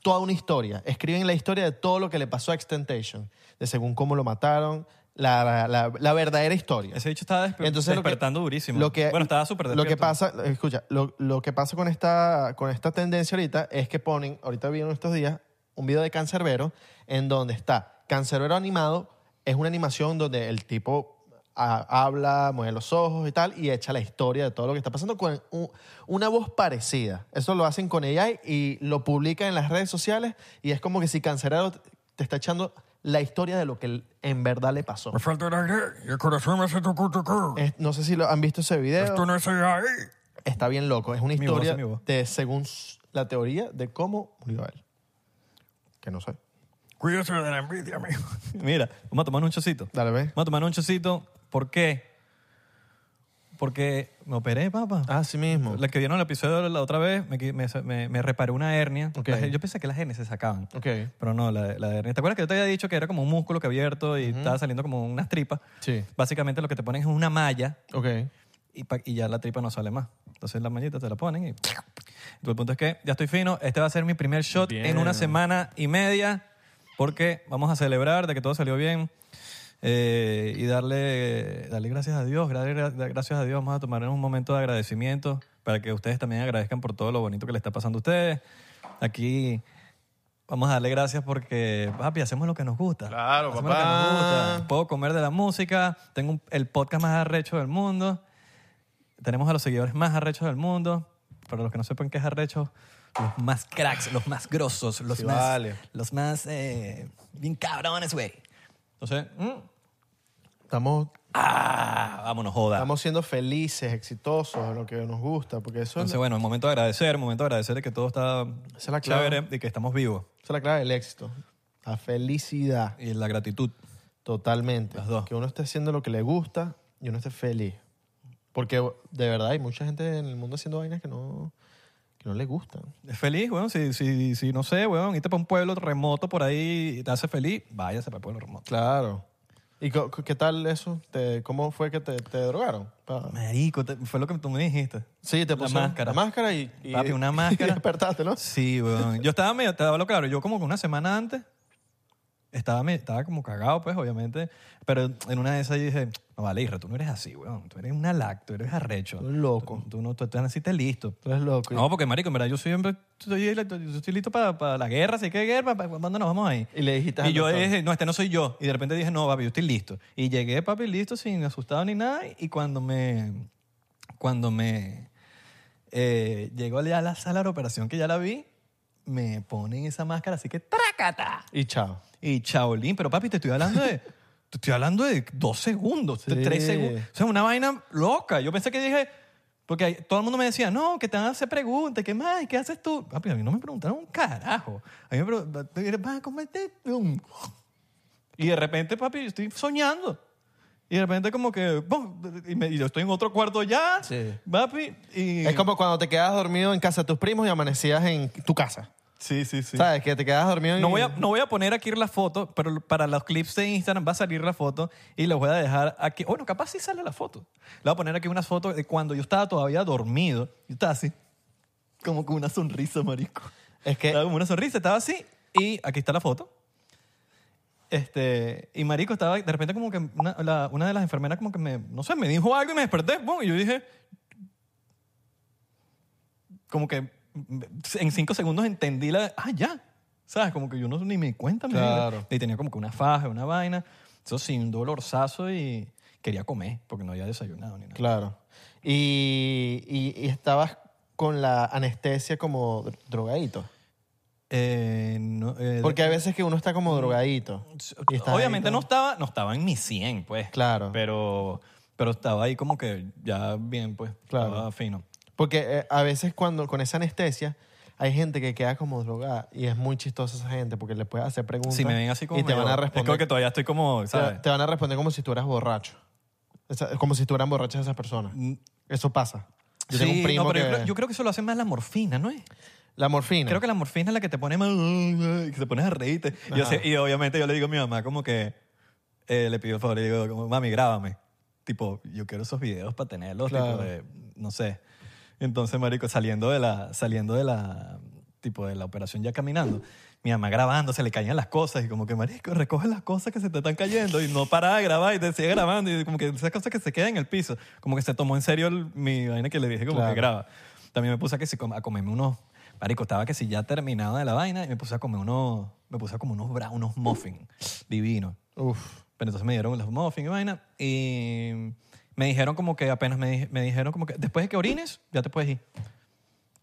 toda una historia. Escriben la historia de todo lo que le pasó a Extentation, de según cómo lo mataron, la, la- la- la verdadera historia.
Ese bicho estaba despe-
Entonces, lo que-
despertando durísimo.
Lo que,
bueno, estaba súper
Lo que
despierto.
pasa, escucha, lo, lo que pasa con esta, con esta tendencia ahorita es que ponen, ahorita vieron estos días, un video de Cancerbero en donde está Cancerbero animado, es una animación donde el tipo ah, habla, mueve los ojos y tal, y echa la historia de todo lo que está pasando con un- una voz parecida. Eso lo hacen con AI y lo publican en las redes sociales y es como que si Cancerbero te está echando la historia de lo que en verdad le pasó.
Me falta el aire y el corazón me hace tucu tucu.
Es- no sé si lo han visto ese video.
Esto no es ahí.
Está bien loco. Es una
Mi voz,
historia
mi voz.
de según s- la teoría de cómo murió él. Que no sé.
Cuídese de la envidia, amigo.
[LAUGHS] Mira, vamos a tomar un chocito.
Dale, ve.
Vamos a tomar un chocito. ¿Por qué? Porque me operé, papá.
Así mismo.
La que vieron el episodio la otra vez, me, qui- me, me- me reparé una hernia.
Ok.
Las- Yo pensé que las hernias se sacaban.
Ok.
Pero no, la, la hernia. ¿Te acuerdas que yo te había dicho que era como un músculo que abierto y estaba saliendo como unas tripas?
Sí.
Básicamente lo que te ponen es una malla
Ok.
y, pa- y ya la tripa no sale más. Entonces la mallita te la ponen y... Entonces, el punto es que ya estoy fino. Este va a ser mi primer shot en una semana y media porque vamos a celebrar de que todo salió bien eh, y darle, darle gracias a Dios, darle gra- dar gracias a Dios. Vamos a tomar un momento de agradecimiento para que ustedes también agradezcan por todo lo bonito que le está pasando a ustedes. Aquí... Vamos a darle gracias porque, papi, hacemos lo que nos gusta.
Claro,
Hacemos lo que
papá.
nos gusta. Puedo comer de la música. Tengo un- el podcast más arrecho del mundo. Tenemos a los seguidores más arrechos del mundo. para los que no sepan qué es arrecho, los más cracks, los más grosos, los
Sí,
más,
vale.
los más eh, bien cabrones, güey. Entonces, mm,
Estamos,
ah, vámonos, joda.
estamos siendo felices, exitosos, lo que nos gusta, porque eso es,
Entonces, bueno, el momento de agradecer, momento de agradecer de que todo está
Esa es la clave.
chévere y que estamos vivos.
esa es la clave del éxito. La felicidad,
Y la gratitud.
totalmente.
Las dos.
Que uno esté haciendo lo que le gusta y uno esté feliz. Porque de verdad hay mucha gente en el mundo haciendo vainas que no, que no le gustan.
Es feliz, weón. Si, si, si no sé, weón, irte para un pueblo remoto por ahí y te hace feliz, váyase para el pueblo remoto.
Claro. ¿Y co- co- qué tal eso? ¿Te- ¿Cómo fue que te, te drogaron? Pa-
Marico, te- fue lo que tú me dijiste.
Sí, te
La
pusieron
máscara.
La máscara y, y-
Papi,
[LAUGHS]
una
y
máscara.
despertaste, ¿no?
Sí, weón. Yo estaba medio, te hablo claro, yo como que una semana antes estaba, me- estaba como cagado, pues, obviamente. Pero en una de esas yo dije, no vale, Isra, tú no eres así, weón. Tú eres una lac, tú eres arrecho.
Tú eres loco.
Tú, tú no, tú, tú naciste listo.
Tú eres loco.
No, porque, marico, en verdad, yo siempre estoy, yo estoy listo para, para la guerra, así que guerra, para, ¿cuándo nos vamos ahí?
Y le dijiste al
Y yo
doctor.
dije, no, este no soy yo. Y de repente dije, no, papi, yo estoy listo. Y llegué, papi, listo, sin asustado ni nada. Y cuando me. Cuando me. eh, llegó ya a la sala de operación que ya la vi, me ponen esa máscara, así que ¡trácata!
Y chao.
Y chaolín, pero papi, te estoy hablando de. [LAUGHS] Te estoy hablando de dos segundos, de
Sí.
tres segundos. O sea, una vaina loca. Yo pensé que dije. Porque ahí todo el mundo me decía, no, que te van a hacer preguntas, ¿qué más? ¿Y ¿Qué haces tú? Papi, a mí no me preguntaron un carajo. A mí me preguntaron, vas a comerte un-". este?" Y de repente, papi, yo estoy soñando. Y de repente, como que. ¡pum! Y, me- y yo estoy en otro cuarto ya,
Sí.
papi. Y...
Es como cuando te quedas dormido en casa de tus primos y amanecías en tu casa.
Sí, sí, sí.
¿Sabes? Que te quedas dormido en...
No voy, a, no voy a poner aquí la foto, pero para los clips de Instagram va a salir la foto y les voy a dejar aquí. Bueno, capaz sí sale la foto. Le voy a poner aquí una foto de cuando yo estaba todavía dormido. Yo estaba así, como con una sonrisa, marico.
Es que...
Estaba como una sonrisa, estaba así y aquí está la foto. Este, y marico estaba de repente como que una, la- una de las enfermeras como que me, no sé, me dijo algo y me desperté, pum, y yo dije, como que mm, en cinco segundos entendí la, ah, ya, ¿sabes? Como que yo no ni me cuenta, me
Claro.
di- Y tenía como que una faja, una vaina, eso sin un dolorzazo y quería comer porque no había desayunado ni nada.
Claro. Y, y- y estabas con la anestesia como dr- drogadito.
Eh, no, eh,
Porque hay veces que uno está como drogadito. y estás ahí
Obviamente
como-
no estaba, no estaba en mi 100, pues.
Claro.
Pero, pero estaba ahí como que ya bien, pues.
Claro.
Estaba fino.
Porque eh, a veces cuando con esa anestesia hay gente que queda como drogada y es muy chistosa esa gente porque le puedes hacer preguntas
Si me ven así como.
y te
medio-
van a
Es como
responder
que todavía estoy como,
te,
¿sabes?
te van a responder como si tú eras borracho. Esa- como si tú eran borrachas esas personas. Eso pasa. Yo tengo
Mm. Sí,
un primo
no, pero yo,
que-
creo, yo creo que eso lo hace más la morfina, ¿no es?
la morfina.
Creo que la morfina es la que te pone más. Que te pones a reírte. Y, yo sé- y obviamente yo le digo a mi mamá, como que. eh, le pido el favor, le digo, como, mami, grábame. Tipo, yo quiero esos videos para tenerlos,
Claro.
tipo de. No sé. Entonces, marico, saliendo de la. Saliendo de la. Tipo, de la operación ya caminando. Mi mamá grabando, se le caían las cosas y como que, marico, recoge las cosas que se te están cayendo y no para de grabar y te sigue grabando y como que esas cosas que se quedan en el piso. Como que se tomó en serio el- mi vaina que le dije como
Claro.
que graba. También me puse a, que si, com- a comerme unos... Marico, estaba que si ya terminado de la vaina y me puse a comer unos... Me puse a comer unos bra, unos muffins divinos.
Uf.
Pero entonces me dieron los muffins y vaina y me dijeron como que apenas me, di- me dijeron como que después de que orines ya te puedes ir.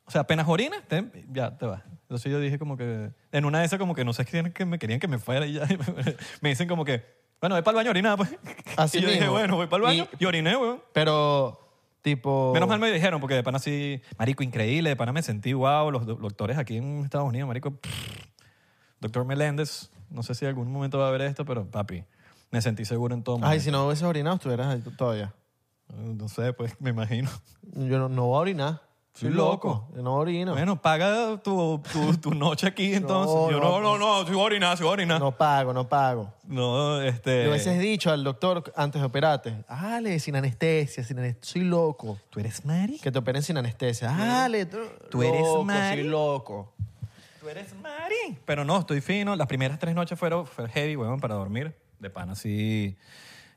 O sea, apenas orinas, te- ya te vas. Entonces yo dije como que en una de esas como que no sé qué que me querían que me fuera y ya [LAUGHS] me dicen como que bueno, voy para el baño a orinar, pues. [LAUGHS]
Así
y yo dije,
mismo.
bueno, voy para el baño y, oriné, weón.
Pero, tipo.
Menos mal me dijeron, porque de pana sí, marico, increíble, de pana me sentí wow, los do- doctores aquí en Estados Unidos, marico, pff. doctor Meléndez, no sé si en algún momento va a ver esto, pero papi, me sentí seguro en todo momento.
Ay, si no hubieses orinado, estuvieras ahí todavía.
No sé, pues, me imagino.
Yo no, no voy a orinar. Soy
Sí,
loco. Yo no orino.
Bueno, paga tu, tu, tu noche aquí, entonces.
No,
Yo,
no,
no, no, no, si voy a orinar, si voy a orinar. No,
No pago, no pago.
este...
Le hubieses dicho al doctor antes de operarte, Ale, sin anestesia, sin anestesia. Soy loco.
¿Tú eres Mari?
Que te operen sin anestesia. Ale, tú,
¿Tú eres
loco,
Mari?
Soy loco.
¿Tú eres Mari? Pero no, estoy fino. Las primeras tres noches fueron fue heavy, weón, para dormir. De pan así.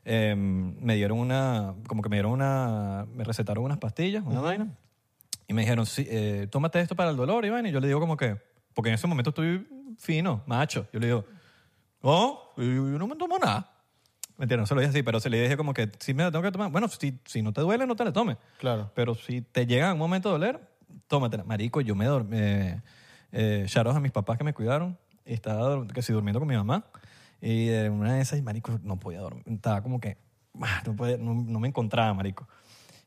em, me dieron una. Como que me dieron una. Me recetaron unas pastillas, una vaina. Y me dijeron, sí, eh, tómate esto para el dolor, Iván. Y yo le digo, como que. Porque en ese momento estoy fino, macho. Yo le digo, no, yo, yo no me tomo nada. Mentira, no se lo dije así, pero se le dije como que si me la tengo que tomar. Bueno, si, si no te duele, no te la tomes.
Claro.
Pero si te llega en un momento de doler, tómatela. Marico, yo me dormí. Eh, eh, shout out a mis papás que me cuidaron. Y estaba dor- que si durmiendo con mi mamá. Y de una de esas, marico, no podía dormir. Estaba como que. ah, No, podía- no- no me encontraba, marico.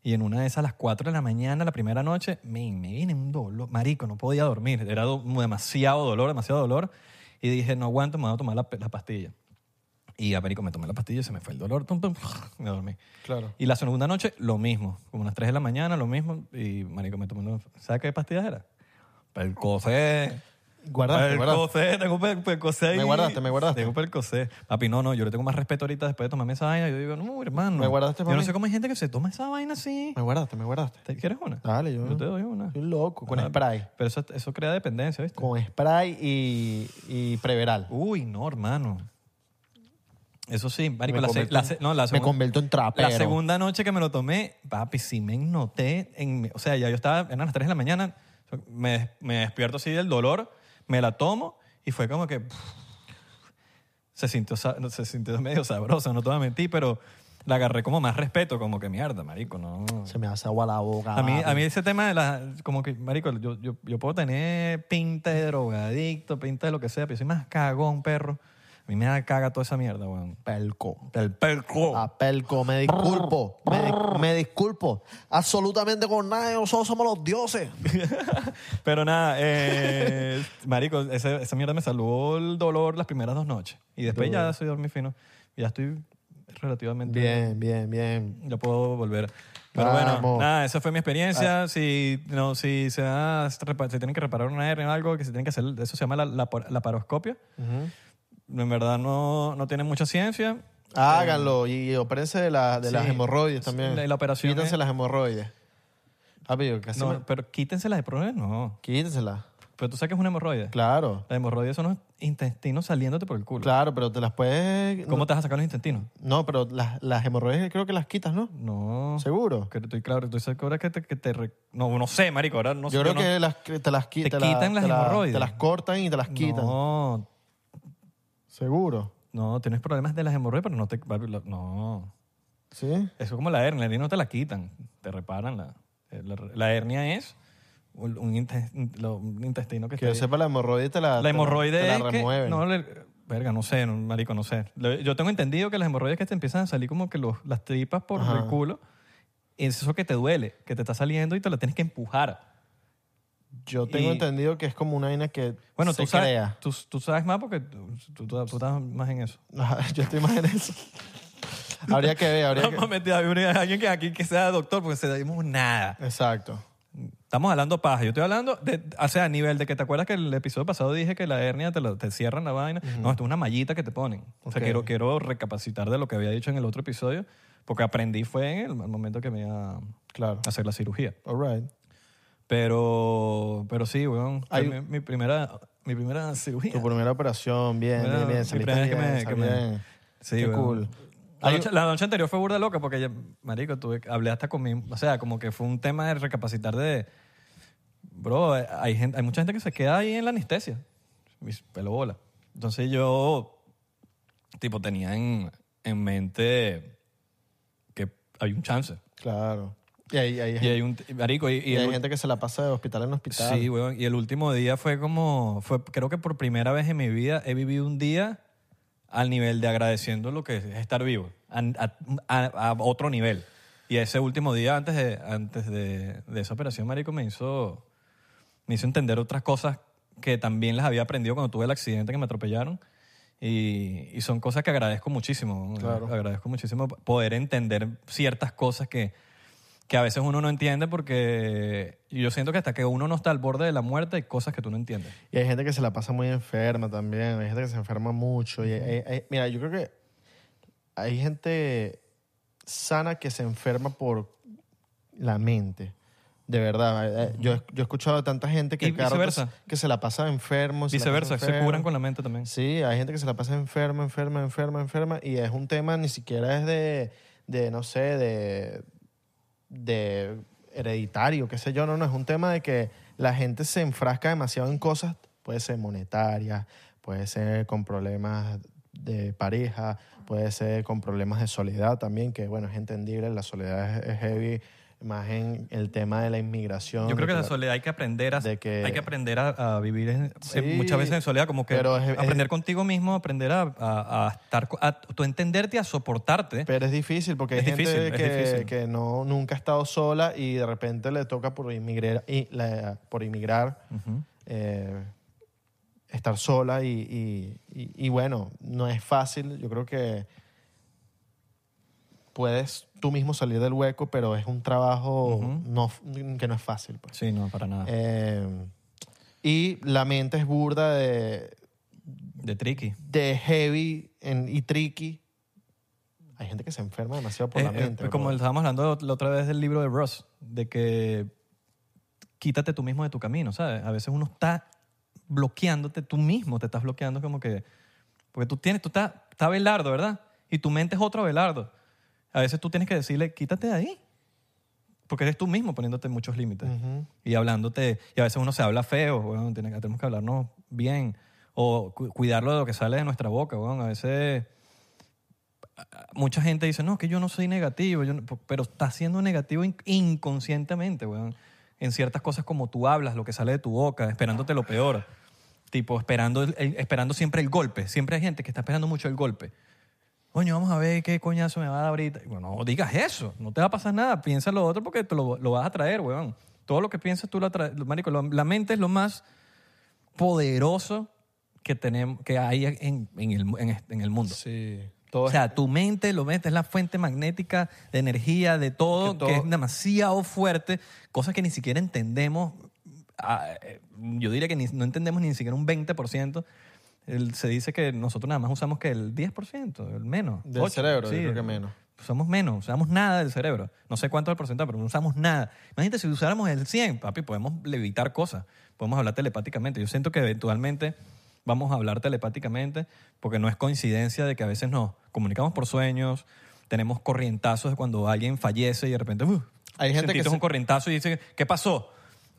Y en una de esas, a las 4 de la mañana, la primera noche, men, me viene un dolor. Marico, no podía dormir. Era do- demasiado dolor, demasiado dolor. Y dije, no aguanto, me voy a tomar la, pe- la pastilla. Y a me tomé la pastilla, se me fue el dolor, tum, [LAUGHS] tum, me dormí.
Claro.
Y la segunda noche, lo mismo. Como unas 3 de la mañana, lo mismo. Y, marico, me tomé una... ¿Sabes qué pastillas era? Percocé.
Guardaste, guardaste.
Percocé, tengo per- percocé ahí.
Me guardaste, me guardaste.
Tengo percocé. Papi, no, no, yo le tengo más respeto ahorita después de tomarme esa vaina. Yo digo, no, hermano.
Me guardaste
Yo
pa'
no
mí.
sé cómo hay gente que se toma esa vaina así.
Me guardaste, me guardaste.
¿Te quieres una?
Dale, yo-
te doy una.
Soy loco, con
Ah,
spray.
Pero eso, eso crea dependencia, ¿viste?
Con spray y, y preveral.
Uy, no, hermano. Eso sí, marico,
Me
la, se-
convertí
la
en-
se- no, la
me
segunda-
convierto en trapero.
La segunda noche que me lo tomé, papi, sí me noté. En, mi- o sea, ya yo estaba, eran las 3 de la mañana, me, des- me despierto así del dolor, me la tomo y fue como que... pff, se sintió, sa- no, se sintió medio sabroso, no te voy a mentir, pero la agarré como más respeto, como que mierda, marico, no...
Se me hace agua la boca.
A mí,
papi.
a mí ese tema de la... Como que, marico, yo, yo, yo puedo tener pinta de drogadicto, pinta de lo que sea, pero yo soy más cagón, perro. A mí me da caga toda esa mierda, weón.
Pelco.
El perco.
A Pelco, me disculpo. Me, di- me disculpo. Absolutamente con nadie. Nosotros somos los dioses.
Pero nada, eh, [LAUGHS] marico, ese- esa mierda me salvó el dolor las primeras dos noches. Y después ya soy dormir fino. Ya estoy relativamente...
Bien, bien, bien.
Ya puedo volver. Pero bueno,
Vamos. Ah.
nada, esa fue mi experiencia. Si, no, si se, da- se repa- se tienen que reparar una hernia o algo, que se tienen que hacer, eso se llama la, la, por- la paroscopia. En verdad no, no tiene mucha ciencia.
Háganlo y opérense de, la- de
sí.
las hemorroides también.
La- la operación
Quítense
es-
las hemorroides. Papi, yo casi
No,
me-
pero quítensela de problemas, no.
Quítenselas.
Pero tú sabes que es una hemorroide.
Claro.
La hemorroide son los intestinos saliéndote por el culo.
Claro, pero te las puedes...
¿Cómo te vas a sacar los intestinos?
No, pero las, las hemorroides creo que las quitas, ¿no?
No.
¿Seguro?
Que estoy claro, estoy seguro que te... Que te re- No, no sé, marico, ahora no sé.
yo creo
no-
que las, que te las qui-
¿Te
la-
quitan las
te la-
hemorroides?
te las cortan y te las quitan.
No,
Seguro.
no, tienes problemas de las hemorroides, pero no te... No.
¿Sí?
Eso es como la hernia, la hernia no te la quitan, te reparan. La, eh, la, la hernia es un, un inte- lo- un intestino que
Que yo
está... ahí.
sepa, la hemorroide te la te
la hemorroide
te la,
es que-
remueven.
no, le- verga, no sé, no, marico, no sé. Lo- Yo tengo entendido que las hemorroides que te empiezan a salir como que los, las tripas por
Ajá.
el culo, es eso que te duele, que te está saliendo y te la tienes que empujar.
Yo tengo
y-
entendido que es como una vaina que
Bueno,
se
tú sabes,
crea. [LAUGHS]
tú, tú sabes más porque tú, tú- tú- tú estás más en eso.
Ajá, Yo estoy más en
[LAUGHS]
eso. habría que ver, habría
No,
que...
mentira, hay alguien que aquí que sea doctor porque se dimos nada.
Exacto.
Estamos hablando paja. Yo estoy hablando, de, o sea, a nivel de que te acuerdas que el episodio pasado dije que la hernia te, la- te cierran la vaina. No, esto es una mallita que te ponen. O sea,
Ok.
quiero, quiero recapacitar de lo que había dicho en el otro episodio porque aprendí fue en el, al momento que me iba a
Claro.
hacer la cirugía.
All right.
Pero, pero sí, weón. fue
Hay-
mi, mi primera, mi primera cirugía.
Tu primera operación, bien,
Bueno,
bien, bien.
mi
Saliste
primera vez
bien,
que me- que
saliste
me-
bien.
Sí,
Qué
weón.
cool.
La
Hay-
noche, la noche anterior fue burda loca porque, ya, marico, tuve, hablé hasta con mi... O sea, como que fue un tema de recapacitar de... Bro, hay, gente, hay mucha gente que se queda ahí en la anestesia. Mis pelo bola. Entonces yo, tipo, tenía en, en mente que hay un chance.
Claro. Y hay, hay-
Y hay un... Marico, y, y
y hay
el-
gente que se la pasa de hospital en hospital.
Sí, weón. Y el último día fue como, fue, creo que por primera vez en mi vida he vivido un día al nivel de agradeciendo lo que es estar vivo, a, a- a- a otro nivel. Y ese último día antes de, antes de, de esa operación, marico, me hizo, me hizo entender otras cosas que también las había aprendido cuando tuve el accidente que me atropellaron. Y, y son cosas que agradezco muchísimo. ¿no?
Claro.
Agradezco muchísimo poder entender ciertas cosas que, que a veces uno no entiende porque yo siento que hasta que uno no está al borde de la muerte hay cosas que tú no entiendes.
Y hay gente que se la pasa muy enferma también. Hay gente que se enferma mucho. Y hay- hay- hay- mira, yo creo que hay gente sana que se enferma por la mente. De verdad. Eh, eh, Yo, he- yo he escuchado de tanta gente
Y
que, cada rato
viceversa.
que se la pasa enfermo. la pasa
Viceversa, se
enfermo.
curan con la mente también.
Sí, hay gente que se la pasa enferma, enferma, enferma, enferma. Y es un tema ni siquiera es de, de no sé, de, de hereditario, qué sé yo. No, no, es un tema de que la gente se enfrasca demasiado en cosas, puede ser monetarias, puede ser con problemas de pareja, puede ser con problemas de soledad también, que bueno, es entendible, la soledad es, es heavy más en el tema de la inmigración.
Yo creo
de
que la
la-
soledad hay que aprender a,
de que-
hay que aprender a, a vivir en-
Sí,
eh, muchas veces en soledad, como que
pero es- es-
aprender contigo mismo, aprender a, a- a estar, co- a tú entenderte, a soportarte.
Pero es difícil porque hay
Es
gente
difícil, es
que,
difícil.
que no, nunca ha estado sola y de repente le toca por inmigrar, y la- por inmigrar
Ujú.
eh, estar sola y, y- y- y bueno, no es fácil. Yo creo que puedes tú mismo salir del hueco, pero es un trabajo
Ujú.
no f- que no es fácil. Pues.
Sí, no, para nada.
Eh, y la mente es burda de,
de tricky.
de heavy en- y tricky. Hay gente que se enferma demasiado por
Eh,
la
eh,
mente.
como
bro.
estábamos hablando la otra vez del libro de Ross, de que quítate tú mismo de tu camino, ¿sabes? A veces uno está bloqueándote tú mismo, te estás bloqueando como que... Porque tú tienes, tú estás, está Belardo, ¿verdad? Y tu mente es otro Belardo. A veces tú tienes que decirle, quítate de ahí. Porque eres tú mismo poniéndote muchos límites.
Ujú.
Y hablándote, y a veces uno se habla feo, weón, tiene que- tenemos que hablarnos bien. O cu- cuidarlo de lo que sale de nuestra boca, weón. A veces mucha gente dice, no, es que yo no soy negativo, yo no- p- pero estás siendo negativo in- inconscientemente, weón. En ciertas cosas como tú hablas, lo que sale de tu boca, esperándote lo peor. Tipo, esperando, el- el- esperando siempre el golpe. Siempre hay gente que está esperando mucho el golpe. Coño, vamos a ver qué coñazo me va a dar ahorita. Y, Bueno, no digas eso, no te va a pasar nada. Piensa lo otro porque te lo, lo vas a traer, weón. Todo lo que piensas tú lo atraes. Marico, lo- la mente es lo más poderoso que, tenemos, que hay en, en el, mu- en este- en el mundo.
Sí. Todo
O sea, tu mente, lo mente, es la fuente magnética de energía, de
Que
todo, que,
todo-
es demasiado fuerte, cosas que ni siquiera entendemos. Ah, eh, Yo diría que ni- no entendemos ni siquiera un 20%. El- se dice que nosotros nada más usamos que el 10%, el menos.
Del
ocho,
cerebro, yo creo que menos.
Usamos menos, usamos nada del cerebro. No sé cuánto es el porcentaje, pero no usamos nada. Imagínate si usáramos el 100, papi, podemos levitar cosas, podemos hablar telepáticamente. Yo siento que eventualmente vamos a hablar telepáticamente porque no es coincidencia de que a veces nos comunicamos por sueños, tenemos corrientazos de cuando alguien fallece y de repente... ¡uh!
Hay gente que
sentiste
se-
un corrientazo y dice, ¿qué pasó?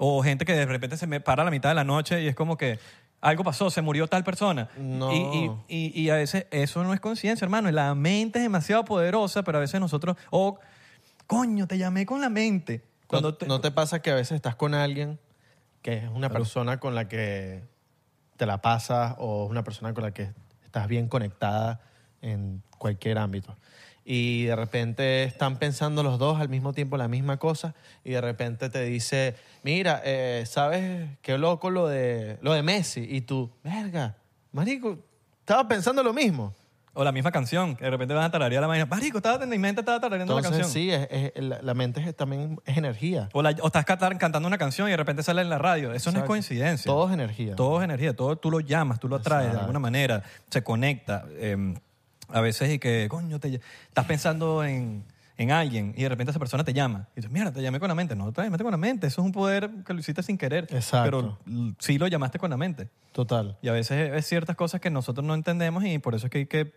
O gente que de repente se me para a la mitad de la noche y es como que algo pasó, se murió tal persona.
No.
Y, y- y, y a veces eso no es conciencia, hermano. La mente es demasiado poderosa, pero a veces nosotros, oh, coño, te llamé con la mente. Cuando
¿No, no te pasa que a veces estás con alguien que es una persona con la que te la pasas o es una persona con la que estás bien conectada en cualquier ámbito? Y de repente están pensando los dos al mismo tiempo la misma cosa y de repente te dice, mira, eh, ¿sabes qué loco lo de, lo de Messi? Y tú, verga, marico, estaba pensando lo mismo.
O la misma canción, que de repente van a tararear la vaina. Marico, estaba, mi mente estaba tarareando la
Entonces
canción.
sí, es- es- la, la mente es- también es energía.
O, la- o estás catar- cantando una canción y de repente sale en la radio. Eso no es
Exacto.
coincidencia.
Todo es energía.
Todo es energía, todo tú lo llamas, tú lo atraes de
Exacto.
alguna manera, se conecta. eh, a veces y que, coño, te, ll- estás pensando en, en alguien y de repente esa persona te llama. Y dices, mierda, te llamé con la mente. No, te llamaste con la mente. Eso es un poder que lo hiciste sin querer.
Exacto.
Pero l- sí lo llamaste con la mente.
Total.
Y a veces es ciertas cosas que nosotros no entendemos y por eso es que hay que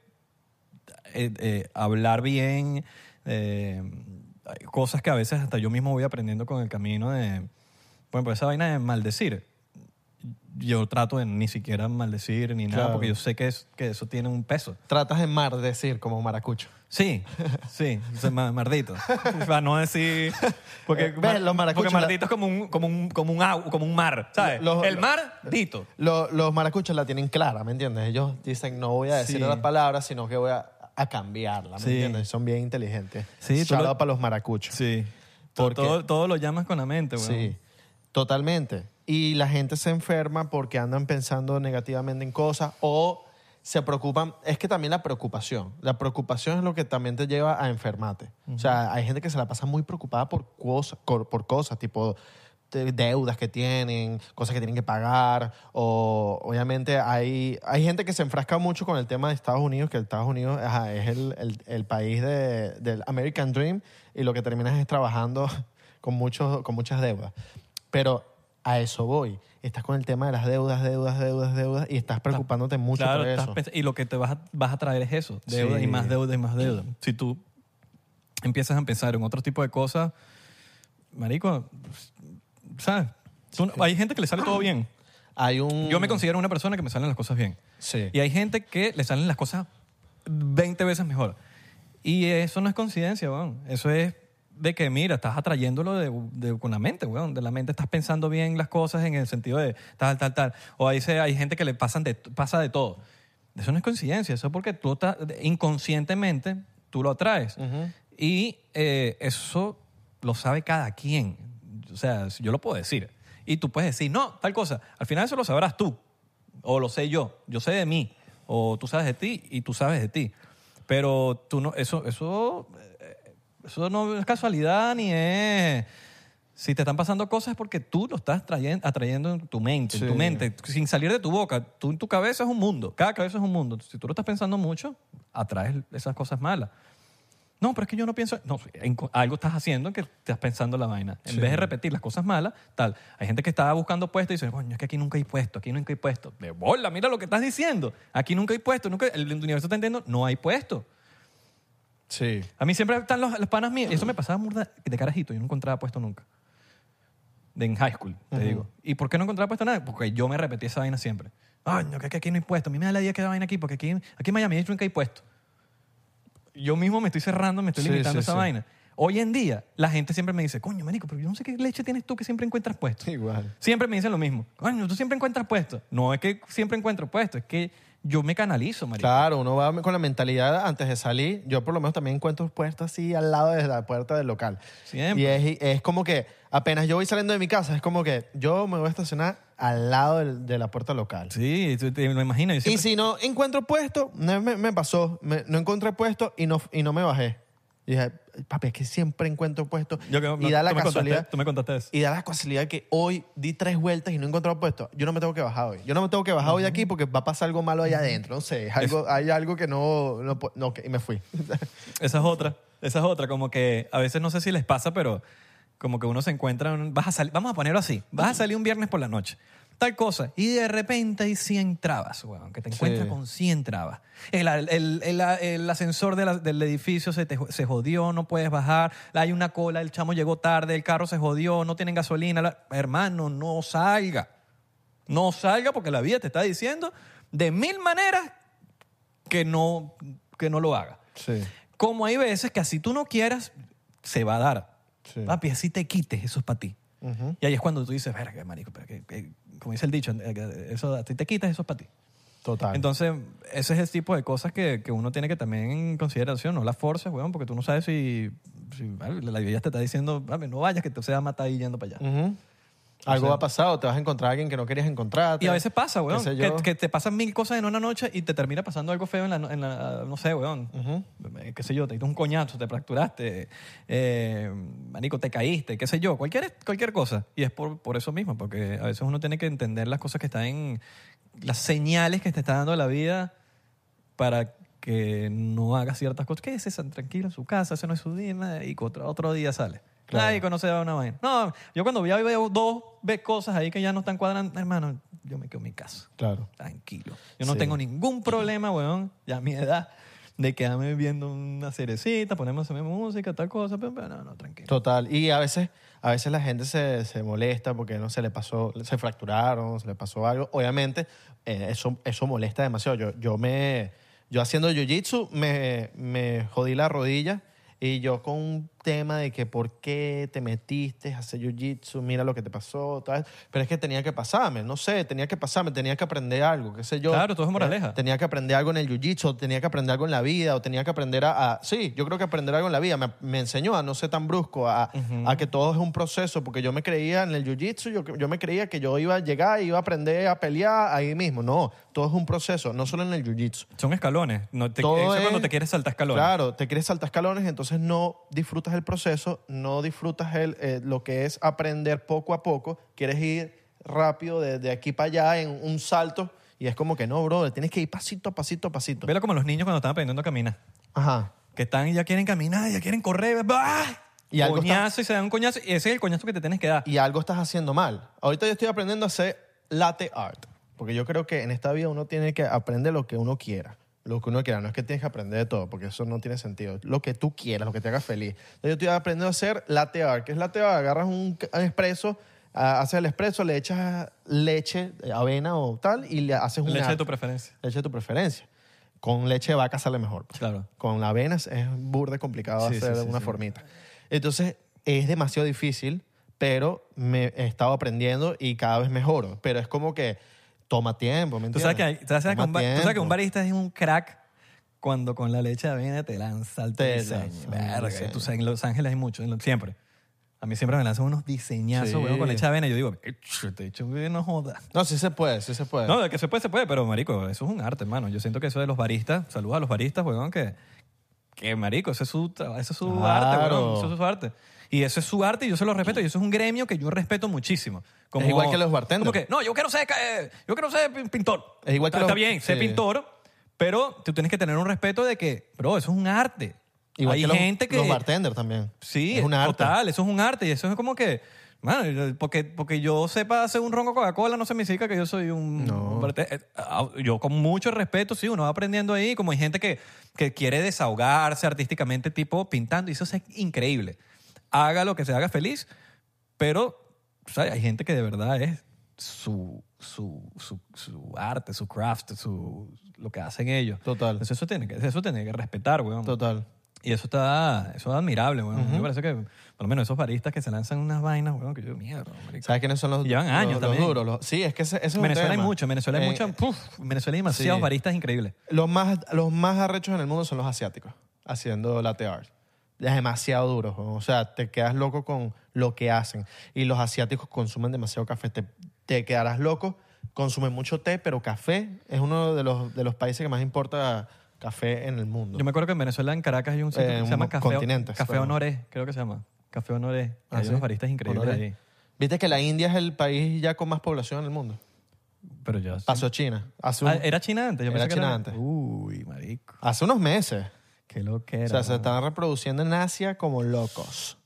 eh, eh, hablar bien. eh, hay cosas que a veces hasta yo mismo voy aprendiendo con el camino de. Bueno, pues esa vaina de maldecir. Yo trato de ni siquiera maldecir ni nada
Claro.
porque yo sé que, es, que eso tiene un peso.
Tratas de maldecir como maracucho.
Sí, sí, se- ma- mardito. [LAUGHS] Para no decir. Porque,
Eh, ves, los maracuchos,
porque
la-
mardito es como un, como, un, como, un, au- como un mar, ¿sabes?
Los-
el
los-
mardito.
Lo- los maracuchos la tienen clara, ¿me entiendes? Ellos dicen, no voy a decir
Sí.
las palabras, sino que voy a, a cambiarla, ¿me
Sí.
entiendes? Son bien inteligentes.
Sí, tú
Shout
lo-
out para los maracuchos.
Sí.
¿Por
todo, todo lo llamas con la mente, weón.
Sí, totalmente. Y la gente se enferma porque andan pensando negativamente en cosas o se preocupan. Es que también la preocupación. La preocupación es lo que también te lleva a enfermarte. O sea, hay gente que se la pasa muy preocupada por, cosas por, por cosas, tipo de- deudas que tienen, cosas que tienen que pagar, o obviamente hay, hay gente que se enfrasca mucho con el tema de Estados Unidos, que Estados Unidos ajá, es el, el- el país de- del American Dream, y lo que terminas es trabajando [LAUGHS] con, muchos con muchas deudas. Pero a eso voy. Estás con el tema de las deudas, deudas, deudas, deudas, y estás preocupándote mucho
Claro,
por
estás
eso.
pens- y lo que te vas a, vas a traer es eso, deuda
Sí.
y más deuda y más deuda. [CLEARS THROAT] Si tú empiezas a pensar en otro tipo de cosas, marico, ¿sabes? Tú no- hay gente que le sale todo bien.
Hay un...
Yo me considero una persona que me salen las cosas bien.
Sí.
Y hay gente que le salen las cosas 20 veces mejor. Y eso no es coincidencia, weón. Eso es de que, mira, estás atrayéndolo de, de- con la mente, weón. De la mente estás pensando bien las cosas en el sentido de tal, tal, tal. O ahí se, hay gente que le pasan de, pasa de todo. Eso no es coincidencia, eso es porque tú estás- inconscientemente tú lo atraes. Y eh, eso lo sabe cada quien. O sea, yo lo puedo decir. Y tú puedes decir, no, tal cosa. Al final eso lo sabrás tú. O lo sé yo. Yo sé de mí. O tú sabes de ti y tú sabes de ti. Pero tú no, eso, eso eh, eso no es casualidad ni es. Si te están pasando cosas es porque tú lo estás trayen- atrayendo en tu mente, en tu
Sí.
mente, sin salir de tu boca. Tú en tu cabeza es un mundo, cada cabeza es un mundo. Si tú lo estás pensando mucho, atraes esas cosas malas. No, pero es que yo no pienso. No, en- algo estás haciendo que estás pensando la vaina. En vez de repetir las cosas malas, tal. Hay gente que está buscando puestos y dice, coño, es que aquí nunca hay puesto, aquí nunca hay puesto. De bola, mira lo que estás diciendo. Aquí nunca hay puesto, nunca. El universo está entendiendo, no hay puesto.
Sí. [LAUGHS]
A mí siempre están los, los panas míos. Eso me pasaba burda de carajito. Yo no encontraba puesto nunca. De en high school, te digo. ¿Y por qué no encontraba puesto nada? Porque yo me repetía esa vaina siempre. Ay, no, que, que aquí no hay puesto. A mí me da la idea que la vaina aquí, porque aquí, aquí en Miami nunca hay puesto. Yo mismo me estoy cerrando, me estoy
Sí,
limitando
sí,
a esa
sí.
vaina. Hoy en día, la gente siempre me dice, coño, marico, pero yo no sé qué leche tienes tú que siempre encuentras puesto.
Igual.
Siempre me dicen lo mismo. Coño, tú siempre encuentras puesto. No es que siempre encuentro puesto, es que yo me canalizo, marico.
Claro, uno va con la mentalidad antes de salir. Yo por lo menos también encuentro puestos así al lado de la puerta del local.
Siempre.
Y es, es como que apenas yo voy saliendo de mi casa, es como que yo me voy a estacionar al lado del- de la puerta local.
Sí, tú te- me lo imagino. Yo
Y
siempre-
si no encuentro puesto, no me, me pasó, me- no encontré puesto y no, y no me bajé. Y dije, papi, es que siempre encuentro puesto.
Yo que-
y da la
tú me contaste-
casualidad.
tú me contaste eso.
Y da la casualidad que hoy di tres vueltas y no he encontrado puesto. Yo no me tengo que bajar hoy. Yo no me tengo que bajar hoy de aquí porque va a pasar algo malo allá adentro. No sé, es algo, hay algo que no... no, pu- no, que- y me fui. [LAUGHS]
Esa es otra. Esa es otra. Como que a veces no sé si les pasa, pero como que uno se encuentra. en- Vas a salir, vamos a ponerlo así. Vas a salir un viernes por la noche. Tal cosa. Y de repente hay 100 trabas, weón. Que te encuentras
Sí.
con 100 trabas. El, el- el- el ascensor de la- del edificio se, te- se jodió, no puedes bajar. Hay una cola, el chamo llegó tarde, el carro se jodió, no tienen gasolina. la- hermano, no salga. No salga porque la vida te está diciendo de mil maneras que no, que no lo haga.
Sí.
Como hay veces que así tú no quieras, se va a dar.
Sí.
Papi, así te quites, eso es para ti. Y ahí es cuando tú dices, verga, marico, pero que- que-" como dice el dicho, eh, que eso, a ti te quitas, eso es para ti.
Total.
Entonces, ese es el tipo de cosas que, que uno tiene que también en consideración, no las forces, weón, porque tú no sabes si, si, vale, la vida te está diciendo, "Vale, no vayas, que te se va a matar ahí yendo para allá.
Ujú. Algo va a pasar o te vas a encontrar a alguien que no querías encontrar.
Y a veces pasa, weón,
sé
que,
yo.
que te pasan mil cosas en una noche y te termina pasando algo feo en la, no- en la- no sé, weón. Eh, Qué sé yo, te diste un coñazo, te fracturaste, eh, manico, te caíste, qué sé yo, cualquier, cualquier cosa. Y es por, por eso mismo, porque a veces uno tiene que entender las cosas que están en, las señales que te está dando la vida para que no hagas ciertas cosas. ¿Qué es esa? Tranquilo en su casa, ese no es su día, marico, otro, otro día sale.
Claro.
Ay, no se da una vaina. No, yo cuando ya veo dos ve cosas ahí que ya no están cuadrando, hermano, yo me quedo en mi casa.
Claro.
Tranquilo. Yo no
Sí.
tengo ningún problema, weón, ya a mi edad, de quedarme viendo una cerecita, ponerme a hacer música, tal cosa. Pero, pero no, no, tranquilo.
Total. Y a veces, a veces la gente se, se molesta porque no se le pasó, se fracturaron, se le pasó algo. Obviamente, eh, eso, eso molesta demasiado. Yo, yo me. Yo haciendo jiu-jitsu me, me jodí la rodilla y yo con un tema de que por qué te metiste a hacer jiu-jitsu, mira lo que te pasó, tal. Pero es que tenía que pasarme, no sé, tenía que pasarme, tenía que aprender algo, qué sé yo.
Claro, todo es moraleja.
Eh, tenía que aprender algo en el jiu-jitsu, o tenía que aprender algo en la vida, o tenía que aprender a... a- sí, yo creo que aprender algo en la vida me, me enseñó a no ser tan brusco, a, a que todo es un proceso, porque yo me creía en el jiu-jitsu, yo, yo me creía que yo iba a llegar y iba a aprender a pelear ahí mismo. No, todo es un proceso, no solo en el jiu-jitsu.
Son escalones. No, te,
Todo
eso es cuando
es-
te quieres saltar escalones.
Claro, te quieres saltar escalones, entonces no disfrutas el proceso, no disfrutas el, eh, lo que es aprender poco a poco, quieres ir rápido de, de aquí para allá en un salto. Y es como que no, bro, tienes que ir pasito a pasito a pasito.
Velo como los niños cuando están aprendiendo a caminar.
Ajá.
Que están y ya quieren caminar, ya quieren correr. ¡bah!
Y algo está-
coñazo y se dan un coñazo. Y ese es el coñazo que te tienes que dar.
y algo estás haciendo mal. Ahorita yo estoy aprendiendo a hacer latte art, porque yo creo que en esta vida uno tiene que aprender lo que uno quiera. Lo que uno quiera, no es que tienes que aprender de todo, porque eso no tiene sentido. Lo que tú quieras, lo que te haga feliz. Entonces yo estoy aprendiendo a hacer latte art, que es latte art, agarras un c- un espresso, ah, haces el espresso, le echas leche, eh, avena o tal, y le haces un
Leche de
arte.
tu preferencia.
Leche de tu preferencia. Con leche de vaca sale mejor.
Claro.
Con la avena es- es burde complicado
Sí, sí,
hacer
sí,
una
sí.
formita. Entonces, es demasiado difícil, pero me he estado aprendiendo y cada vez mejoro. Pero es como que toma tiempo, ¿me
Tú
entiendes?
sabes, que, hay- tú sabes que
Toma
un, ba- tú sabes que un
tiempo.
barista es un crack cuando con la leche de avena te lanza el
Te
diseño.
lanza el
Verga,
diseño.
tú sabes, en Los Ángeles hay mucho, en lo- siempre. A mí siempre me lanzan unos diseñazos,
Sí.
weón, con leche de avena. Y yo digo, "Echo, te he hecho, weón, no jodas.
No, sí se puede, sí se puede.
No, de que se puede, se puede, pero marico, eso es un arte, hermano. Yo siento que eso de los baristas, saludos a los baristas, weón, que, que marico, eso es su, tra- eso es su arte,
Claro.
weón, eso es su arte. Y eso es su arte y yo se lo respeto y eso es un gremio que yo respeto muchísimo. Como,
Es igual que los bartenders.
Como que, no, yo quiero ser, eh, yo quiero ser pin- pintor.
Es igual que
está,
los-
está bien, sé
sí.
pintor, pero tú tienes que tener un respeto de que, bro, eso es un arte.
Igual
Hay
que los,
gente que...
los bartenders también.
Sí,
es un arte.
total, eso es un arte y eso es como que, mano, porque, porque yo sepa hacer un ronco Coca-Cola no significa que yo soy un...
No.
parte- eh, ah, Yo con mucho respeto, sí, uno va aprendiendo ahí, como hay gente que, que quiere desahogarse artísticamente, tipo pintando, y eso es increíble. Haga lo que se haga feliz, pero ¿sabes? hay gente que de verdad es su, su, su, su arte, su craft, su, lo que hacen ellos.
Total.
Entonces eso tiene que, eso tiene que respetar, weón.
Total.
Y eso está, eso es admirable, weón. Me parece que, por lo menos esos baristas que se lanzan unas vainas, weón, que yo, mierda, marico.
¿Sabes quiénes son los,
Llevan
los-
años
los
también.
duros? Los- sí, es que ese, ese es un
Venezuela hay
tema.
mucho, en Venezuela hay
Eh,
mucho, puf, en Venezuela hay demasiados
sí.
baristas increíbles.
Los más, los más arrechos en el mundo son los asiáticos, haciendo latte art. Es demasiado duro. ¿no? O sea, te quedas loco con lo que hacen. Y los asiáticos consumen demasiado café. Te, te quedarás loco, consumen mucho té, pero café es uno de los, de los países que más importa café en el mundo.
Yo me acuerdo que en Venezuela, en Caracas, hay un sitio
Eh,
que se
un
llama Café,
continente,
Café
supongo.
Honoré, creo que se llama. Café Honoré.
Ah,
hay
¿sí?
unos baristas increíbles
Colores.
ahí.
Viste que la India es el país ya con más población en el mundo.
Pero ya.
Pasó China. Hace, un-
Ah, ¿Era China antes? Yo
Era
pensé que
China antes.
Uy, marico.
hace unos meses.
Qué lo que
O sea, se están reproduciendo en Asia como locos.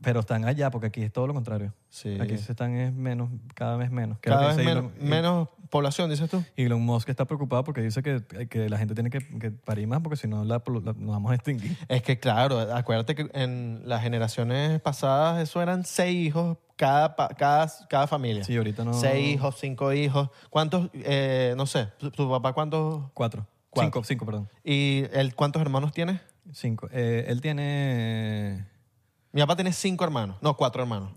Pero están allá, porque aquí es todo lo contrario.
Sí.
Aquí se están es menos, cada vez menos. Creo
Cada
que
vez
dice
menos,
Elon-
menos población, dices tú.
Elon Musk está preocupado porque dice que, que la gente tiene que, que parir más porque si no la, la- nos vamos a extinguir.
Es que claro, acuérdate que en las generaciones pasadas eso eran seis hijos cada, pa- cada, cada familia.
Sí, ahorita no.
Seis hijos, cinco hijos. ¿Cuántos, eh, no sé, tu, tu papá cuántos?
Cuatro.
Cuatro.
Cinco, cinco, perdón.
¿Y él cuántos hermanos tiene?
Cinco. Eh, él tiene
Mi papá tiene cinco hermanos, no, cuatro hermanos.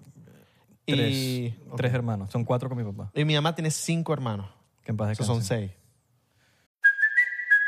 tres,
Y, ok.
tres hermanos. Son cuatro con mi papá.
y mi mamá tiene cinco hermanos,
Que en paz
o sea, son
descanse.
seis.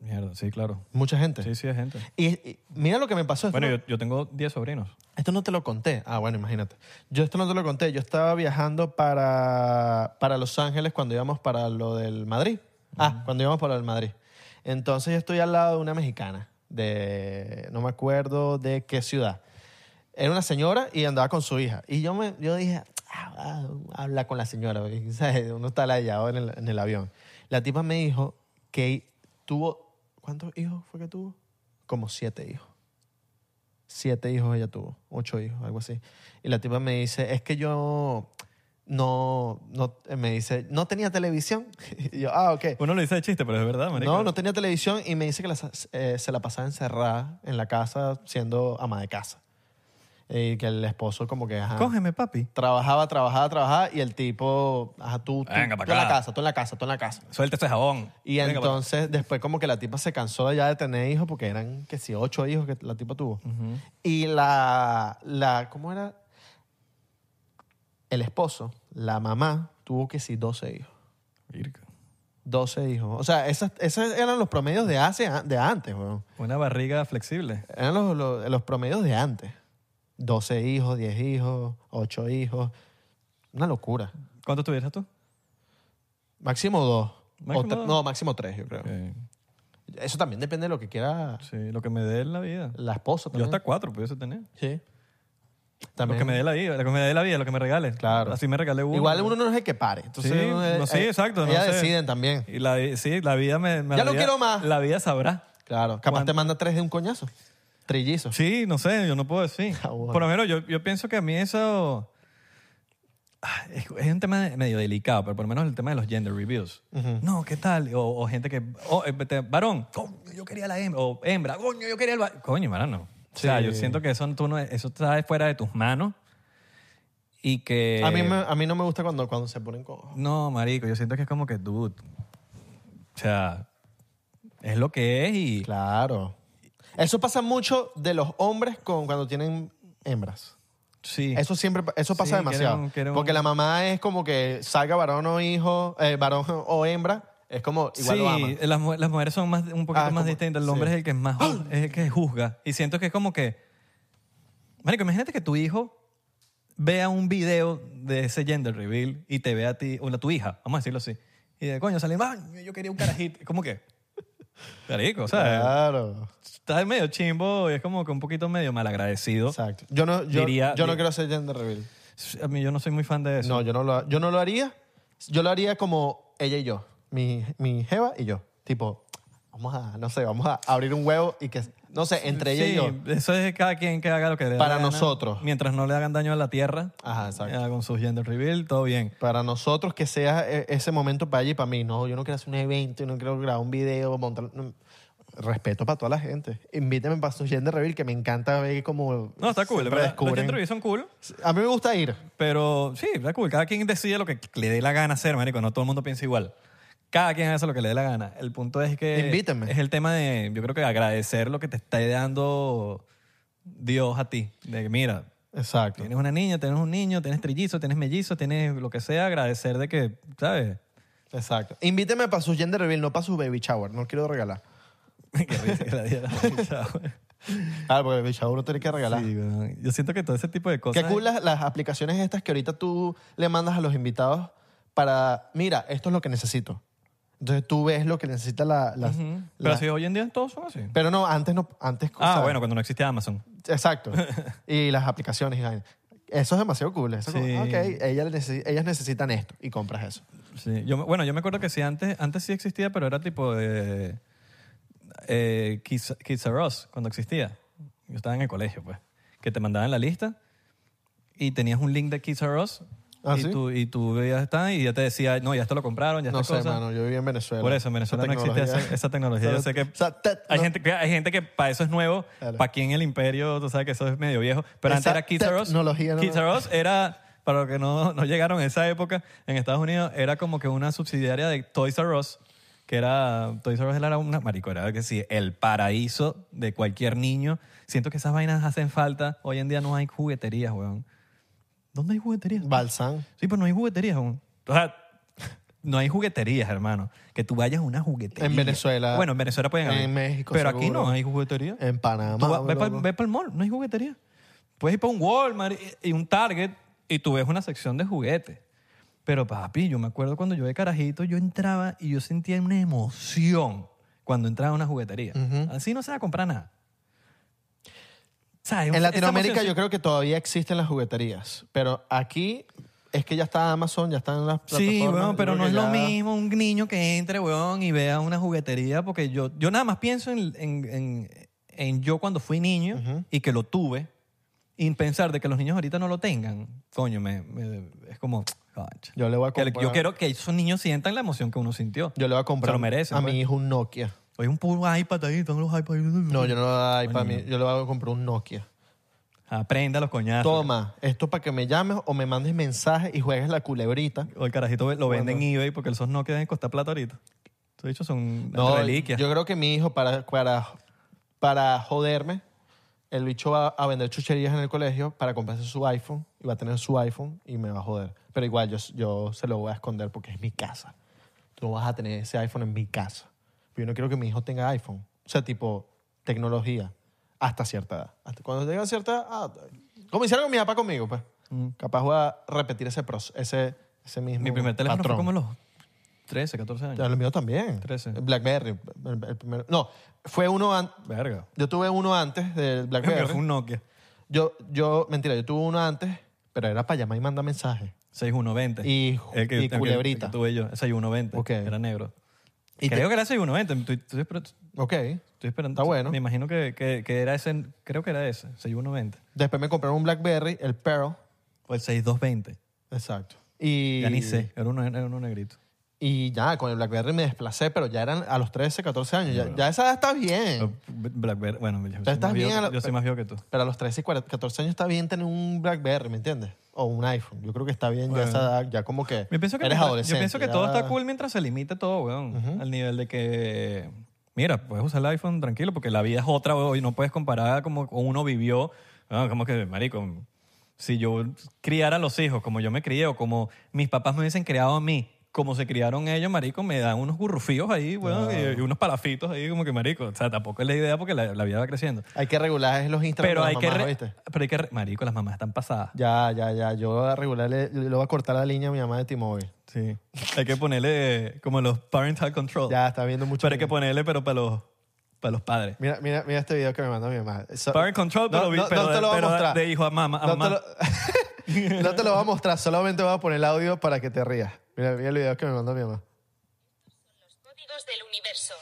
Mierda, sí, claro.
Mucha gente.
Sí, sí, es gente.
Y, y mira lo que me pasó.
Bueno,
Esto-
yo, yo tengo diez sobrinos.
Esto no te lo conté. Ah, bueno, imagínate. Yo esto no te lo conté. Yo estaba viajando para, para Los Ángeles cuando íbamos para lo del Madrid. Ah, cuando íbamos para el Madrid. Entonces yo estoy al lado de una mexicana de, no me acuerdo de qué ciudad. Era una señora y andaba con su hija. Y yo, me, yo dije, "Ah, ah, habla con la señora. [LAUGHS] porque, ¿sabes? Uno está layado en el, en el avión. La tipa me dijo que tuvo, ¿cuántos hijos fue que tuvo? Como siete hijos siete hijos ella tuvo, ocho hijos, algo así. Y la tipa me dice, es que yo no, no, me dice, no tenía televisión. [LAUGHS] y yo, ah, ok.
Uno lo dice de chiste, pero es verdad, marico.
No, no tenía televisión y me dice que la sa- eh, se la pasaba encerrada en la casa siendo ama de casa. Y que el esposo como que... ajá,
Cógeme, papi.
Trabajaba, trabajaba, trabajaba y el tipo, ajá, tú, tú,
Venga pa'
tú en la
acá.
casa, tú en la casa, tú en la casa.
Suelta ese jabón.
Y
Venga,
entonces después como que la tipa se cansó ya de tener hijos porque eran que si ocho hijos que la tipa tuvo. Y la, la, ¿cómo era? El esposo, la mamá, tuvo que si 12 hijos.
pa- Virga.
12 hijos. O sea, esas, esos eran los promedios de, hace, de antes, weón.
Una barriga flexible.
Eran los, los- los promedios de antes. 12 hijos, 10 hijos, 8 hijos. Una locura.
¿Cuántos tuvieras tú?
Máximo dos. O
Máximo
tre-
dos.
No, máximo tres, yo creo.
Eh,
Eso también depende de lo que quiera
sí, lo que me dé en la vida.
la esposa.
Yo
También.
hasta cuatro pudiese tener.
Sí.
Lo que me dé la vida, lo que me dé la vida, lo que me regales.
Claro.
Así me regalé uno.
Igual uno no es el que pare. Entonces,
Sí,
uno es-
no, sí,
eh,
exacto, no
Ellas
sé.
deciden también.
Y la, sí, la vida me... me-
Ya
la
no
vida-
quiero más.
La vida sabrá.
Claro. Capaz
Cuando-
te manda tres de un coñazo. Trillizos.
Sí, no sé, yo no puedo decir.
Ah, bueno.
Por lo menos yo, yo pienso que a mí eso... Ah, Es es un tema de- medio delicado, pero por lo menos el tema de los gender reviews. No, ¿qué tal? O, o gente que... oh, eh, te- varón, coño, yo quería la hembra. O hembra, coño, yo quería el varón. Coño, varón. O sea,
Sí.
yo siento que eso, tú no- eso está fuera de tus manos y que...
a, mí me- a mí no me gusta cuando, cuando se ponen con...
No, marico, yo siento que es como que, dude, o sea, es lo que es y...
Claro. Eso pasa mucho de los hombres con cuando tienen hembras.
Sí.
Eso siempre, pa- eso pasa
Sí, que era
demasiado.
un- que era un-
Porque la mamá es como que salga varón o hijo, eh, varón o hembra, es como igual lo ama.
sí, eh, las, mu- las mujeres son más, un poquito
Ah,
más
como-
distintas. El
sí. ¡Ah!
hombre es el que es más ju- es el que juzga. Y siento que es como que. Marico, imagínate que tu hijo vea un video de ese gender reveal y te ve a ti, o a tu hija, vamos a decirlo así. Y de coño, salen, "Ah, yo quería un carajito. ¿Cómo que? Marico, o sea,
Claro.
está medio chimbo y es como que un poquito medio malagradecido.
Exacto. Yo no, yo,
Diría-
yo no
di-
quiero hacer gender reveal.
A mí yo no soy muy fan de eso.
No, yo no lo, yo no lo haría. Yo lo haría como ella y yo. Mi, mi jeva y yo. Tipo, vamos a, no sé, vamos a abrir un huevo y que, no sé, entre ella
Sí,
y yo.
eso es cada quien que haga lo que le dé la
Para
gana.
nosotros.
Mientras no le hagan daño a la tierra.
Ajá, exacto.
eh, Con sus gender reveal, todo bien.
Para nosotros que sea e- ese momento para ella y para mí. No, yo no quiero hacer un evento, yo no quiero grabar un video, montar... no. Respeto para toda la gente. Invítame para su gender reveal que me encanta ver cómo...
No, está cool.
se
en verdad. Los
redescubren.
gender reviews son cool,
A mí me gusta ir.
pero sí, está cool. Cada quien decide lo que le dé la gana hacer, marico. No todo el mundo piensa igual. Cada quien hace lo que le dé la gana. El punto es que...
Invítenme.
Es el tema de, yo creo que agradecer lo que te está dando Dios a ti. De que, mira,
Exacto.
tienes una niña, tienes un niño, tienes trillizo, tienes mellizo, tienes lo que sea. Agradecer de que, ¿sabes? [LAUGHS]
Exacto. Invíteme para su gender reveal, no para su baby shower. No quiero regalar.
Qué risa que la diera. [LAUGHS]
Claro, porque el baby shower uno tiene que regalar.
Sí, weón. yo siento que todo ese tipo de cosas.
Qué cool las, las aplicaciones estas que ahorita tú le mandas a los invitados para, mira, esto es lo que necesito. Entonces tú ves lo que necesita la... la-
Ujú.
la-
Pero si hoy en día todos son así.
pero no, antes no... Antes, o
Ah,
sea,
bueno, cuando no existía Amazon. [LAUGHS]
Exacto. y las aplicaciones. y vaina. Eso es demasiado cool. Eso es como,
Sí.
ah, ok, ellas, necesi- ellas necesitan esto y compras eso.
Sí. Yo, me- bueno, yo me acuerdo que sí, antes, antes sí existía, pero era tipo de eh, Kids, Kids R Us, cuando existía. Yo estaba en el colegio, pues. Que te mandaban la lista y tenías un link de Kids R Us
Ah,
y,
¿sí?
tú, y tú veías está y ya te decía, no, ya esto lo compraron, ya
No sé,
esta cosa.
hermano, yo viví en Venezuela.
Por eso, en Venezuela no existe esa, esa tecnología. Yo sé que
O sea, te-
hay,
no.
gente, que- hay gente que para eso es nuevo.
Claro.
Para aquí en el imperio, tú sabes que eso es medio viejo. Pero
Esa
antes era Kids R Us.
tecnología no-
Kids R Us era, para los que no, no llegaron a esa época, en Estados Unidos era como que una subsidiaria de Toys R Us. Que era, Toys R Us era una maricora, que sí, el paraíso de cualquier niño. Siento que esas vainas hacen falta. Hoy en día no hay jugueterías, weón. ¿Dónde hay jugueterías?
Balsán.
Sí, pero no hay jugueterías aún. O sea, [LAUGHS] no hay jugueterías, hermano. Que tú vayas a una juguetería.
En Venezuela.
Bueno, en Venezuela pueden
En
haber.
México,
Pero aquí
seguro.
no hay juguetería.
En Panamá,
Tú vas- ve
loco.
para el mall, no hay juguetería. Puedes ir para un Walmart y- y un Target y tú ves una sección de juguetes. Pero papi, yo me acuerdo cuando yo de carajito, yo entraba y yo sentía una emoción cuando entraba a una juguetería. Así no se va a comprar nada. O sea, es un-
En
esa
Latinoamérica
emoción-
yo creo que todavía existen las jugueterías, pero aquí es que ya está Amazon, ya están las plataformas.
Sí,
yo
weón, pero
creo
no
que
es lo
ya-
mismo un niño que entre, weón, y vea una juguetería, porque yo, yo nada más pienso en, en- en- en yo cuando fui niño y que lo tuve, y pensar de que los niños ahorita no lo tengan, coño, me, me- es como, concha.
Yo le voy a
Que le-
comprar-
Yo quiero que esos niños sientan la emoción que uno sintió.
Yo le voy a comprar
Se lo merecen.
a
pues.
mi hijo un Nokia.
Oye, un puro iPad ahí, están los iPads.
No, yo no le voy a dar iPad a
Coño.
mí, yo le voy a comprar un Nokia.
Aprenda los coñazos.
Toma, esto para que me llames o me mandes mensajes y juegues la culebrita.
O el carajito lo venden en eBay porque esos no quedan en Costa Plata ahorita. Estos dichos son
No,
reliquias.
yo creo que mi hijo para, para, para joderme, el bicho va a vender chucherías en el colegio para comprarse su iPhone y va a tener su iPhone y me va a joder. Pero igual yo, yo se lo voy a esconder porque es mi casa. Tú no vas a tener ese iPhone en mi casa. Yo no quiero que mi hijo tenga iPhone. O sea, tipo, tecnología hasta cierta edad. Hasta cuando tenga cierta edad, ah, como hicieron con mi papá conmigo, pues. Capaz voy a repetir ese, proce- ese, ese mismo
Mm. mi primer teléfono
patrón.
fue como a los 13, 14 años.
Ya, Eh, Lo mío también.
13.
Blackberry. el- el primero. No, fue uno an-
Verga.
Yo tuve uno antes del
Pero
Blackberry.
fue un Nokia.
Yo, yo, mentira, yo tuve uno antes, pero era para llamar y mandar mensajes.
6120.
Y-
El que-
y
el que-
culebrita.
el que tuve yo. 6120.
Ok.
Era negro.
Y te-
creo que era 690. Estoy, estoy esper- estoy
Ok. Está
esperando.
bueno.
Me imagino que, que- que era ese. Creo que era ese, 6190.
Después me compraron un BlackBerry, el Pearl.
O el 6220.
Exacto. Y,
Ya ni sé. Era uno, era uno negrito.
Y ya, con el BlackBerry me desplacé, pero ya eran a los 13, 14 años. Ya, ya esa edad está
Oh.
bien.
Blackberry. Bueno, yo,
Tú
soy
estás
más
bien
viejo-
a la-
yo soy más viejo que tú.
Pero a los 13, y 40 14 años está bien tener un BlackBerry, ¿me entiendes? O un iPhone. Yo creo que está bien ya esa edad, ya como que,
Yo pienso que,
eres
mientras-
adolescente.
yo pienso que
ya-
todo está cool mientras se limite todo, weón. Al nivel de que, mira, puedes usar el iPhone tranquilo porque la vida es otra, weón, y no puedes comparar como uno vivió. Ah, como que, marico, si yo criara a los hijos como yo me crié o como mis papás me hubiesen criado a mí, como se criaron ellos, marico, me dan unos gurrufíos ahí, weón, y, y unos palafitos ahí como que, marico, o sea, tampoco es la idea porque la, la vida va creciendo.
Hay que regular los Instagram
Pero
de
hay,
las
que
mamás,
re-
¿oíste?
pero hay que... re- Marico, las mamás están pasadas.
Ya, ya, ya. Yo voy a regular, le, le voy a cortar la línea a mi mamá de T-Mobile.
Sí. Hay que ponerle como los parental control.
Ya, está viendo mucho.
Pero hay que ponerle, pero para los, para los padres.
Mira, mira, mira este video que me mandó mi mamá. So-
Parent control, pero,
no,
vi-
no,
pero
no
de-
te lo voy a
pero de-
mostrar.
de hijo a mamá. a
no,
mamá.
Te lo, [LAUGHS] no te lo voy a mostrar, solamente voy a poner el audio para que te rías. Mira, mira el video que me mandó mi mamá.
Códigos del universo.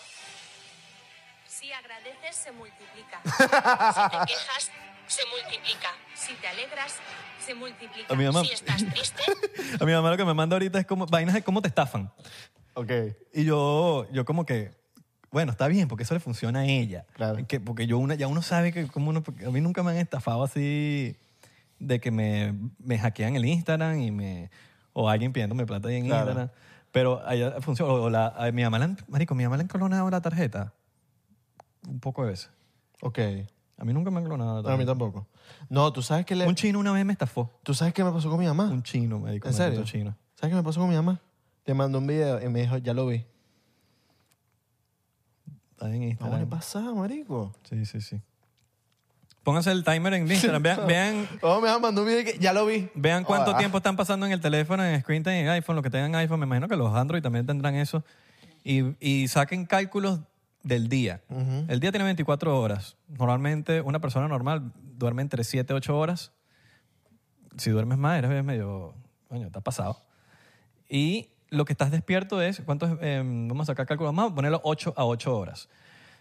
Si agradeces, se multiplica. Si te quejas, se multiplica. Si te alegras, se multiplica.
A mi mamá.
Si estás triste,
[LAUGHS] A mi mamá lo que me manda ahorita es como vainas de cómo te estafan.
Ok.
Y yo, yo como que, bueno, está bien, porque eso le funciona a ella.
Claro.
Que- porque yo una, ya uno sabe que como uno, porque a mí nunca me han estafado así de que me, me hackean el Instagram y me, o alguien pidiéndome plata ahí en
Claro.
Instagram. Pero allá funciona, o la, a mi mamá, le han- marico, mi mamá le han clonado la tarjeta. Un poco de veces.
Ok.
A mí nunca me han clonado la
No, a mí
tarjeta.
tampoco. No, tú sabes que le-
Un chino una vez me estafó.
¿Tú sabes qué me pasó con mi mamá?
Un chino, me dijo.
¿En serio?
Un chino.
¿Sabes qué me pasó con mi mamá? Le mandó un video y me dijo, ya lo vi.
Está
No,
en
¿qué le
Instagram.
pasa, marico?
sí, sí, sí. Pónganse el timer en
[LAUGHS]
Instagram. Vean, vean,
Oh, me mandó un video que ya lo vi.
vean cuánto
Ah,
tiempo están pasando en el teléfono, en screen time, en iPhone, los que tengan iPhone. Me imagino que los Android también tendrán eso. Y, y saquen cálculos del día. El día tiene 24 horas. Normalmente una persona normal duerme entre 7 y 8 horas. Si duermes más, eres medio... Coño, está pasado. Y lo que estás despierto es, ¿cuántos? eh, vamos a sacar cálculos más, ponerlo 8 a 8 horas.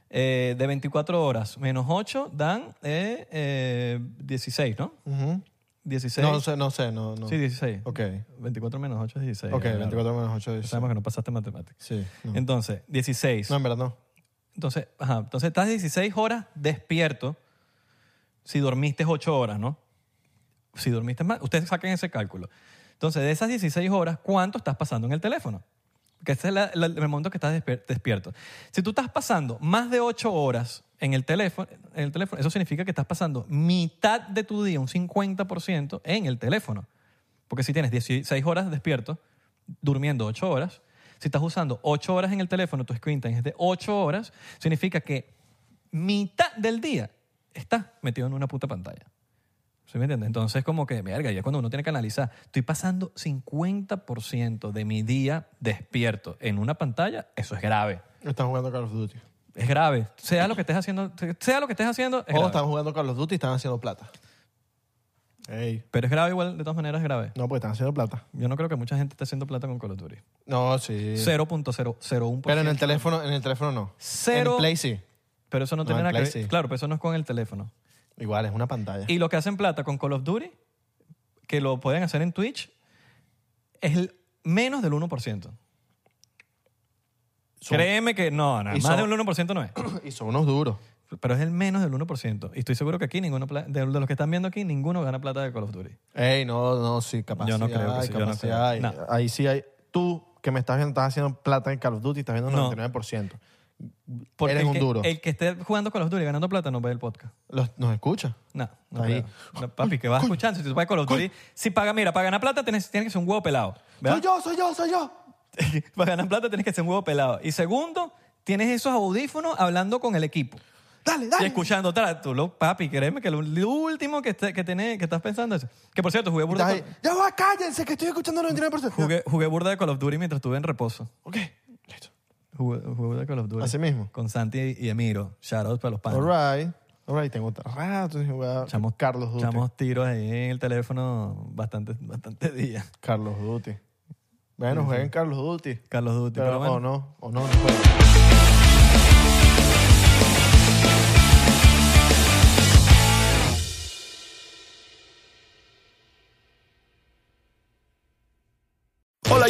Eh, de 24 horas menos 8 dan eh, eh, 16, ¿no?
ujú.
16.
No sé, no sé, no, no.
Sí, 16.
Ok.
24 menos 8 es 16.
Ok,
Claro.
24 menos 8, 16.
Sabemos que no pasaste matemáticas.
Sí. No.
Entonces, 16.
No, en verdad no.
Entonces, ajá, entonces estás 16 horas despierto si dormiste 8 horas, ¿no? Si dormiste más, ustedes saquen ese cálculo. Entonces, de esas 16 horas, ¿cuánto estás pasando en el teléfono? Que ese es la- la- el momento que estás desper- despierto. Si tú estás pasando más de 8 horas en el, teléfono, en el teléfono, eso significa que estás pasando mitad de tu día, un 50%, en el teléfono. Porque si tienes 16 horas despierto, durmiendo 8 horas, si estás usando 8 horas en el teléfono, tu screen time es de 8 horas, significa que mitad del día estás metido en una puta pantalla. ¿Sí me entiendes? Entonces, como que, verga, ya cuando uno tiene que analizar, estoy pasando 50% de mi día despierto en una pantalla, eso es grave.
Están jugando Call of Duty.
Es grave. Sea lo que estés haciendo, sea lo que estés haciendo, es
O
grave.
están jugando Call of Duty y están haciendo plata. Ey.
Pero es grave igual, de todas maneras es grave.
No, porque están haciendo plata.
Yo no creo que mucha gente esté haciendo plata con Call of Duty.
No, sí.
0.001%.
Pero en el teléfono, en el teléfono no.
Cero-
En Play sí.
Pero eso no,
No,
tiene
en
nada
Play
que ver.
sí.
Claro, pero eso no es con el teléfono.
Igual, es una pantalla.
Y lo que hacen plata con Call of Duty, que lo pueden hacer en Twitch, es el menos del 1%.
Son-
Créeme que no, no,
Y
más
son-
del 1% no es. [CLEARS THROAT]
y son unos duros.
Pero es el menos del 1%. Y estoy seguro que aquí ninguno, pla- de de los que están viendo aquí, ninguno gana plata de Call of Duty.
Ey, no, no, sí, capacidad.
Yo no creo que sí, yo no
capacidad.
creo.
Ahí-
No.
Ahí sí hay. Tú que me estás viendo, estás haciendo plata en Call of Duty, estás viendo
No.
99%.
Porque
Eres
el
un
que,
duro.
El que esté jugando Call of Duty y ganando plata no ve el podcast.
Los- nos escucha.
No, no
Ahí.
creo. No, papi, que vas escuchando. Si tú vas a Call of Duty, si paga, mira, para ganar plata tienes, tienes que ser un huevo pelado. ¿verdad?
Soy yo, soy yo, soy yo.
[LAUGHS] para ganar plata tienes que ser un huevo pelado. Y segundo, tienes esos audífonos hablando con el equipo.
Dale, dale.
Y escuchando, tal, tú, lo, papi, créeme que lo, último que, está- que, tenés- que estás pensando es... Que por cierto, jugué burda,
Estás
de
ahí,
Call-
Ya va, cállense, que estoy escuchando 99%.
jugué, jugué burda de Call of Duty mientras estuve en reposo.
Ok, listo.
Jugué, jugué burda de Call of Duty.
Así mismo.
Con Santi y Emiro. Shoutouts para los panes.
All right. All right, tengo rato sin jugar
Echamos,
Carlos Duty.
echamos tiros ahí en el teléfono bastantes bastante días.
Carlos Duty. Bueno, jueguen Carlos Duty.
Carlos Duty,
Pero-
pero bueno.
O no, o no, no jueguen.
Hola,